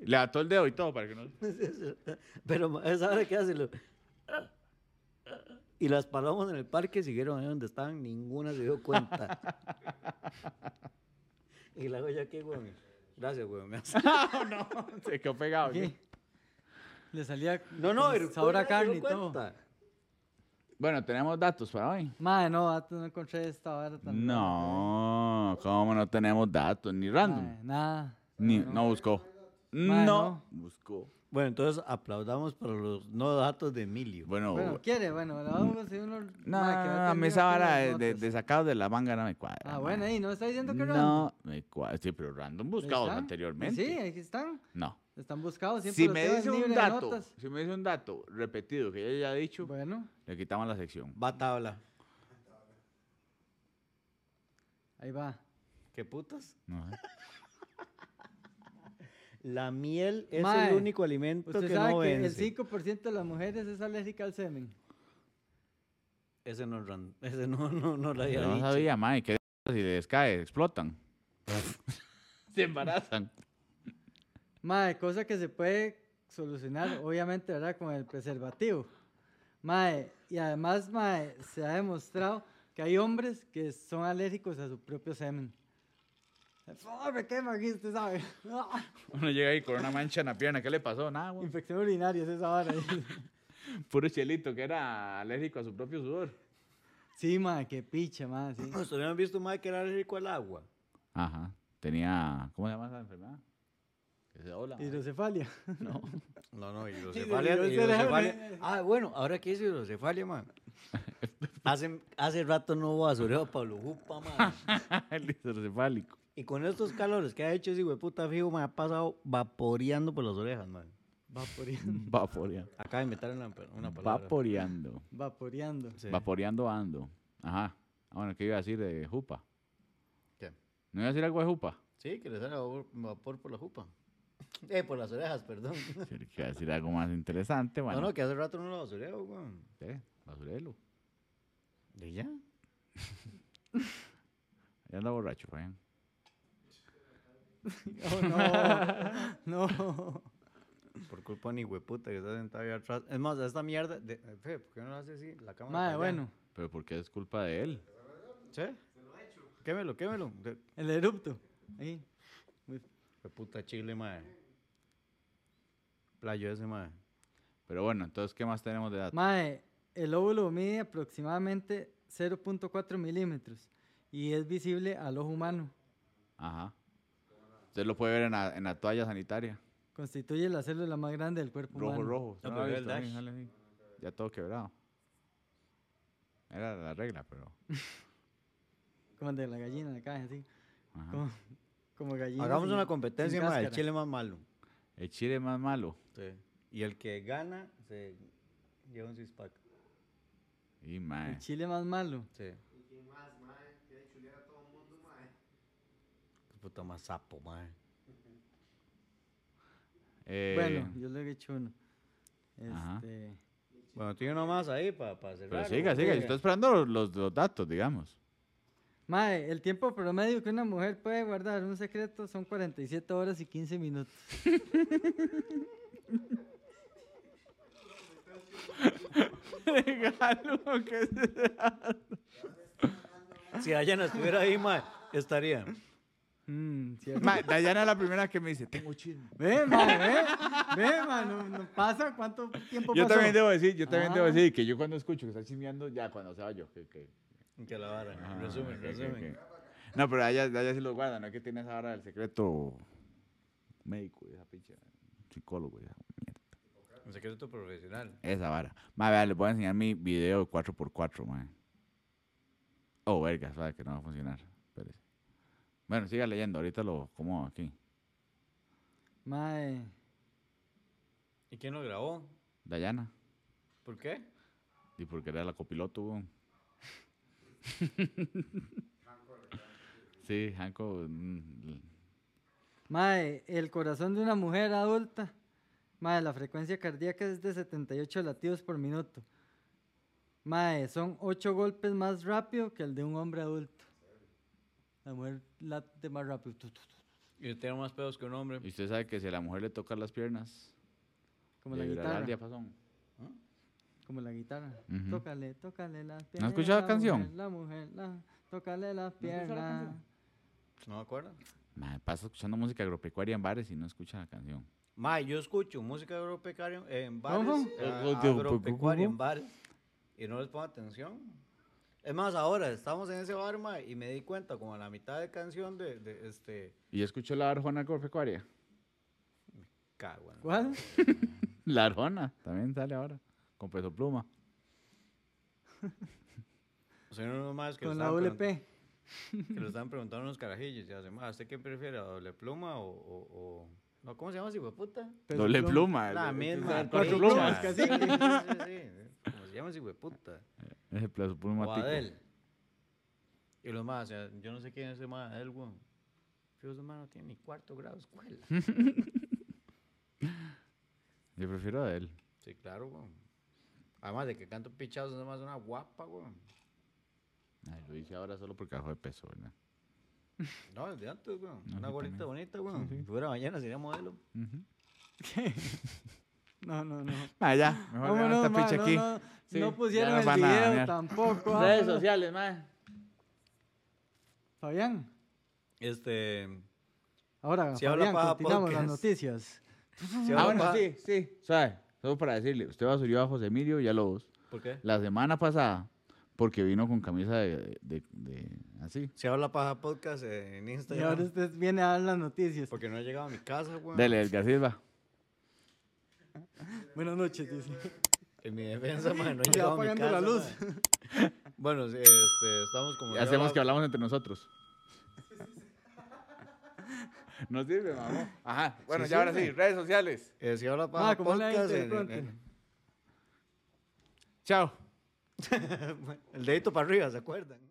Speaker 3: Le ató el dedo y todo para que no.
Speaker 2: Pero ma, es ahora que hace. lo- Y las palomas en el parque siguieron ahí donde estaban, ninguna se dio cuenta. y la hago yo aquí, weón. Gracias, weón. me hace-
Speaker 3: Se quedó pegado. ¿qué?
Speaker 1: ¿Qué? Le salía
Speaker 2: No, no,
Speaker 1: con
Speaker 2: eructó
Speaker 1: sabor a
Speaker 2: y nadie se
Speaker 1: carne
Speaker 2: dio
Speaker 1: y todo.
Speaker 2: cuenta.
Speaker 3: Bueno, tenemos datos para hoy.
Speaker 1: Mae, no, antes no encontré esta vara tan rara,
Speaker 3: No, ¿cómo no tenemos datos? Ni
Speaker 1: pero,
Speaker 3: random.
Speaker 1: mae, nada.
Speaker 3: Ni, no. buscó.
Speaker 1: Mae,
Speaker 3: no.
Speaker 1: no.
Speaker 3: Buscó.
Speaker 2: Bueno, entonces aplaudamos para los no datos de Emilio.
Speaker 3: Bueno,
Speaker 1: Bueno, quiere, bueno, la vamos a hacer uno.
Speaker 3: no,
Speaker 1: mae,
Speaker 3: no,
Speaker 1: que va
Speaker 3: no, a mí
Speaker 1: tendido
Speaker 3: esa
Speaker 1: aquí
Speaker 3: vara
Speaker 1: las
Speaker 3: de, de,
Speaker 1: notas.
Speaker 3: de sacado de la manga no me cuadra.
Speaker 1: Ah, bueno,
Speaker 3: mae.
Speaker 1: ahí no está diciendo que
Speaker 3: No, me cuadra. Sí, pero random
Speaker 1: Ahí
Speaker 3: buscados
Speaker 1: están.
Speaker 3: anteriormente.
Speaker 1: Sí, aquí están.
Speaker 3: No.
Speaker 1: Están buscados siempre.
Speaker 3: Si
Speaker 1: los
Speaker 3: me
Speaker 1: temas
Speaker 3: dice un
Speaker 1: libres de
Speaker 3: dato,
Speaker 1: notas.
Speaker 3: si me dice un dato repetido que yo ya he dicho,
Speaker 1: Bueno,
Speaker 3: le quitamos la sección.
Speaker 2: Va tabla.
Speaker 1: ahí va.
Speaker 2: ¿Qué putas?
Speaker 3: No sé.
Speaker 1: eh.
Speaker 2: La miel es
Speaker 1: Mae,
Speaker 2: el único alimento
Speaker 1: Usted
Speaker 2: que
Speaker 1: sabe
Speaker 2: no
Speaker 1: que el
Speaker 2: vence.
Speaker 1: 5% de las mujeres es alérgica al semen.
Speaker 2: Ese no, es ran- ese no, no, no lo había
Speaker 3: Yo no
Speaker 2: dicho.
Speaker 3: sabía, mae, que si les cae, explotan. Se embarazan.
Speaker 1: Mae, cosa que se puede solucionar, obviamente, ¿verdad? Con el preservativo. Mae, y además, mae, se ha demostrado que hay hombres que son alérgicos a su propio semen. ¡Oh, me quema aquí, usted sabe! ¡Ah!
Speaker 3: Uno llega ahí con una mancha en la pierna, ¿qué le pasó? Nada, güey.
Speaker 1: Infección urinaria es esa hora.
Speaker 3: Puro chelito que era alérgico a su propio sudor.
Speaker 1: Sí, mae, qué picha, mae, sí.
Speaker 2: ¿Ustedes no han visto más que era alérgico al agua?
Speaker 3: Ajá. Tenía. ¿Cómo se llama esa enfermedad? Que se dobla. madre.
Speaker 1: Hidrocefalia.
Speaker 3: No.
Speaker 2: No, no,
Speaker 1: se
Speaker 2: hidrocefalia.
Speaker 1: le dio el
Speaker 2: hidrocefalia.
Speaker 1: cerebro.
Speaker 2: Ah, bueno, ahora que es hidrocefalia, man. Hace, hace rato no hubo basureo a Pablo Jupa, man.
Speaker 3: El hidrocefálico.
Speaker 2: Y con estos calores que ha hecho ese hueputa fijo, me ha pasado vaporeando por las orejas, man.
Speaker 1: Vaporeando.
Speaker 3: Vaporeando.
Speaker 2: Acaba de inventar una, una palabra.
Speaker 3: Vaporeando.
Speaker 1: Vaporeando.
Speaker 2: Sí.
Speaker 3: Vaporeando ando. Ajá. Ah, bueno, ¿qué iba a decir de Jupa?
Speaker 2: ¿Qué?
Speaker 3: ¿No iba a decir algo de Jupa?
Speaker 2: Sí, que le sale vapor, vapor por la jupa. Eh, por las orejas, perdón.
Speaker 3: Sí, que iba a decir algo más interesante, bueno.
Speaker 2: No, no, que hace rato no lo basureo, weón.
Speaker 3: eh, basurelo.
Speaker 2: ¿De ya?
Speaker 3: Ya anda borracho, Fabián.
Speaker 1: Oh, no. No.
Speaker 2: Por culpa de ni hueputa que está sentado ahí atrás. Es más, esta mierda. De, eh, Fe, ¿Por qué no lo hace así? La cámara. para
Speaker 1: Mae,
Speaker 2: allá.
Speaker 1: bueno.
Speaker 3: Pero porque es culpa de él.
Speaker 2: ¿Sí? Quémelo, quémelo. De,
Speaker 1: El erupto. Ahí. Muy-
Speaker 2: hueputa chile, madre. Playo ese, madre.
Speaker 3: Pero bueno, entonces, ¿qué más tenemos de datos?
Speaker 1: Mae, el óvulo mide aproximadamente 0.4 milímetros y es visible al ojo humano.
Speaker 3: Ajá. Usted lo puede ver en la, en la toalla sanitaria.
Speaker 1: Constituye la célula más grande del cuerpo
Speaker 3: Rojo,
Speaker 1: humano.
Speaker 3: rojo. ¿Usted
Speaker 2: No,
Speaker 3: lo ha
Speaker 2: pero el
Speaker 3: visto? Ahí,
Speaker 2: Dash.
Speaker 3: sale así. Ya todo quebrado. Era la regla, pero.
Speaker 1: Como el de la gallina en la caja, así.
Speaker 3: ajá.
Speaker 1: Como, como gallina.
Speaker 2: Hagamos
Speaker 1: sin-
Speaker 2: una
Speaker 1: sin
Speaker 2: competencia, madre. El
Speaker 1: cáscara.
Speaker 2: chile más malo.
Speaker 3: El chile más malo.
Speaker 2: Sí. Y el que gana se lleva un six pack.
Speaker 3: Y
Speaker 1: El
Speaker 3: mae.
Speaker 1: chile más malo.
Speaker 2: Sí. ¿Y quién más, madre? Quiere chulear a todo el mundo, madre. Qué puta más sapo, madre.
Speaker 3: Eh,
Speaker 1: Bueno, yo le he hecho uno.
Speaker 3: Ajá.
Speaker 1: Este,
Speaker 2: Bueno, tiene uno más ahí para pa cerrar.
Speaker 3: Pero
Speaker 2: ¿no?
Speaker 3: siga, siga. Yo estoy esperando los- los, los datos, digamos.
Speaker 1: Mae, el tiempo promedio que una mujer puede guardar un secreto son 47 horas y 15 minutos.
Speaker 2: Si Dayana estuviera ahí, madre, estaría.
Speaker 1: Mm, cierto.
Speaker 3: Mae, Dayana es la primera que me dice: Tengo chisme.
Speaker 1: Ve, mae, ve. Ve, mae, no, no pasa cuánto tiempo
Speaker 3: Yo
Speaker 1: pasó.
Speaker 3: también debo decir, yo también debo
Speaker 1: Ah.
Speaker 3: decir que yo cuando escucho que está chismeando, ya cuando se va yo. Que, que,
Speaker 2: Que la vara.
Speaker 3: ah,
Speaker 2: resumen,
Speaker 3: ok, ok,
Speaker 2: resumen.
Speaker 3: ok. No, pero allá, allá sí lo guardan, no es que tienes ahora el secreto médico, esa pinche psicólogo, esa mierda.
Speaker 2: Un secreto profesional.
Speaker 3: Esa vara. Más, vea, les voy a enseñar mi video 4x4, mae. Oh, verga, sabe que no va a funcionar. Espérese. Bueno, siga leyendo, ahorita lo como aquí.
Speaker 1: Mae,
Speaker 2: ¿Y quién lo grabó?
Speaker 3: Dayana.
Speaker 2: ¿Por qué?
Speaker 3: Y porque era la copiloto, weón. sí, Hanco. mm, l-
Speaker 1: mae, el corazón de una mujer adulta. Mae, la frecuencia cardíaca es de 78 latidos por minuto. Mae, son 8 golpes más rápido que el de un hombre adulto. La mujer late más rápido. tu, tu, tu,
Speaker 2: Yo tengo más pedos que un hombre.
Speaker 3: Y usted sabe que si a la mujer le tocan las piernas,
Speaker 1: Como
Speaker 3: le
Speaker 1: la
Speaker 3: vibrará
Speaker 1: guitarra.
Speaker 3: el diapasón.
Speaker 1: Como la guitarra.
Speaker 3: Ujú.
Speaker 1: Tócale, tócale las piernas.
Speaker 3: has escuchado
Speaker 1: la
Speaker 3: canción?
Speaker 1: mujer, la mujer, la- tócale las piernas.
Speaker 2: ¿No me acuerdo?
Speaker 3: Mae, pasa escuchando música agropecuaria en bares y no escucha la canción.
Speaker 2: Ma, yo escucho música agropecuaria en bares.
Speaker 1: ¿Cómo?
Speaker 2: ah,
Speaker 3: Ojo, tío,
Speaker 2: agropecuaria
Speaker 3: ¿cómo?
Speaker 2: en bares. Y no les pongo atención. Es más, ahora estamos en ese bar, ma, y me di cuenta como a la mitad de canción de, de este...
Speaker 3: ¿Y escuchó la arjona agropecuaria?
Speaker 2: Cago, en-
Speaker 1: ¿Cuál?
Speaker 3: La arjona también sale ahora, con peso pluma.
Speaker 2: Son unos más que, le
Speaker 1: Con la
Speaker 2: estaban pregun-
Speaker 1: WP.
Speaker 2: que le estaban preguntando unos carajillos. Y hacen, ma, ¿usted qué prefiere, a doble pluma o...? o- o- No, ¿Cómo se llama ese hijo de puta?
Speaker 1: Peso
Speaker 3: Doble
Speaker 1: pluma.
Speaker 3: pluma.
Speaker 2: La
Speaker 3: Ah, el-
Speaker 2: misma.
Speaker 3: el
Speaker 1: Cuatro
Speaker 3: peso
Speaker 1: plumas,
Speaker 3: pluma.
Speaker 1: casi.
Speaker 2: Sí, sí, sí, sí. Como se llama ese hijo de puta.
Speaker 3: Es el peso pluma.
Speaker 2: O
Speaker 3: tico.
Speaker 2: Adel. Y los más, o sea, yo no sé quién es ese más Adel, weón. Fijo, ese mae no tiene ni cuarto grado de escuela.
Speaker 3: Yo prefiero a él.
Speaker 2: sí, claro, weón. Además de que canto pichados, es más una guapa, weón.
Speaker 3: Ay, lo hice ahora solo porque bajó de peso, ¿verdad?
Speaker 2: No, desde antes, weón.
Speaker 3: No,
Speaker 2: una
Speaker 3: sí,
Speaker 2: gorrita
Speaker 3: también.
Speaker 2: bonita, weón. Si fuera mañana sería modelo.
Speaker 1: No, no, no.
Speaker 3: Ah, ya, mejor vean
Speaker 1: Vámonos,
Speaker 3: esta
Speaker 1: ma,
Speaker 3: picha
Speaker 1: no,
Speaker 3: aquí.
Speaker 1: No,
Speaker 3: Sí,
Speaker 1: no
Speaker 3: ya
Speaker 1: pusieron
Speaker 3: nos
Speaker 1: el
Speaker 3: van a
Speaker 1: video
Speaker 3: banear.
Speaker 1: tampoco. vámonos.
Speaker 3: sociales, mae.
Speaker 1: Fabián,
Speaker 2: Este.
Speaker 1: ahora,
Speaker 2: Si habla
Speaker 1: Fabián,
Speaker 2: paja
Speaker 1: continuamos las
Speaker 2: podcast.
Speaker 1: noticias.
Speaker 2: si
Speaker 3: Ah,
Speaker 2: ahora
Speaker 3: bueno,
Speaker 2: pa-
Speaker 3: sí, sí. Suave, solo para decirle, usted basurió a José Emilio Villalobos
Speaker 2: ¿Por qué?
Speaker 3: la semana pasada porque vino con camisa de, de, de- así.
Speaker 2: Si habla paja podcast eh, en
Speaker 1: Y ahora
Speaker 2: Instagram.
Speaker 1: usted viene a dar las noticias.
Speaker 2: Porque no he llegado a mi casa, weón.
Speaker 3: Dele, Edgar Silva.
Speaker 1: Buenas noches, dice.
Speaker 2: En mi defensa, man, no he
Speaker 1: Se va
Speaker 2: llegado a mi
Speaker 1: apagando
Speaker 2: casa.
Speaker 1: la luz.
Speaker 2: mae. Bueno, sí, este, estamos como. si
Speaker 3: Hacemos
Speaker 2: habla-
Speaker 3: que hablamos entre nosotros. No sirve, mamá. Ajá. Bueno, ya ahora sí, redes sociales.
Speaker 2: eh, si habla paja
Speaker 1: Ah, ¿cómo le
Speaker 2: podcast.
Speaker 1: de
Speaker 2: en- en-
Speaker 1: pronto?
Speaker 3: Chao.
Speaker 2: El dedito para arriba, ¿se acuerdan?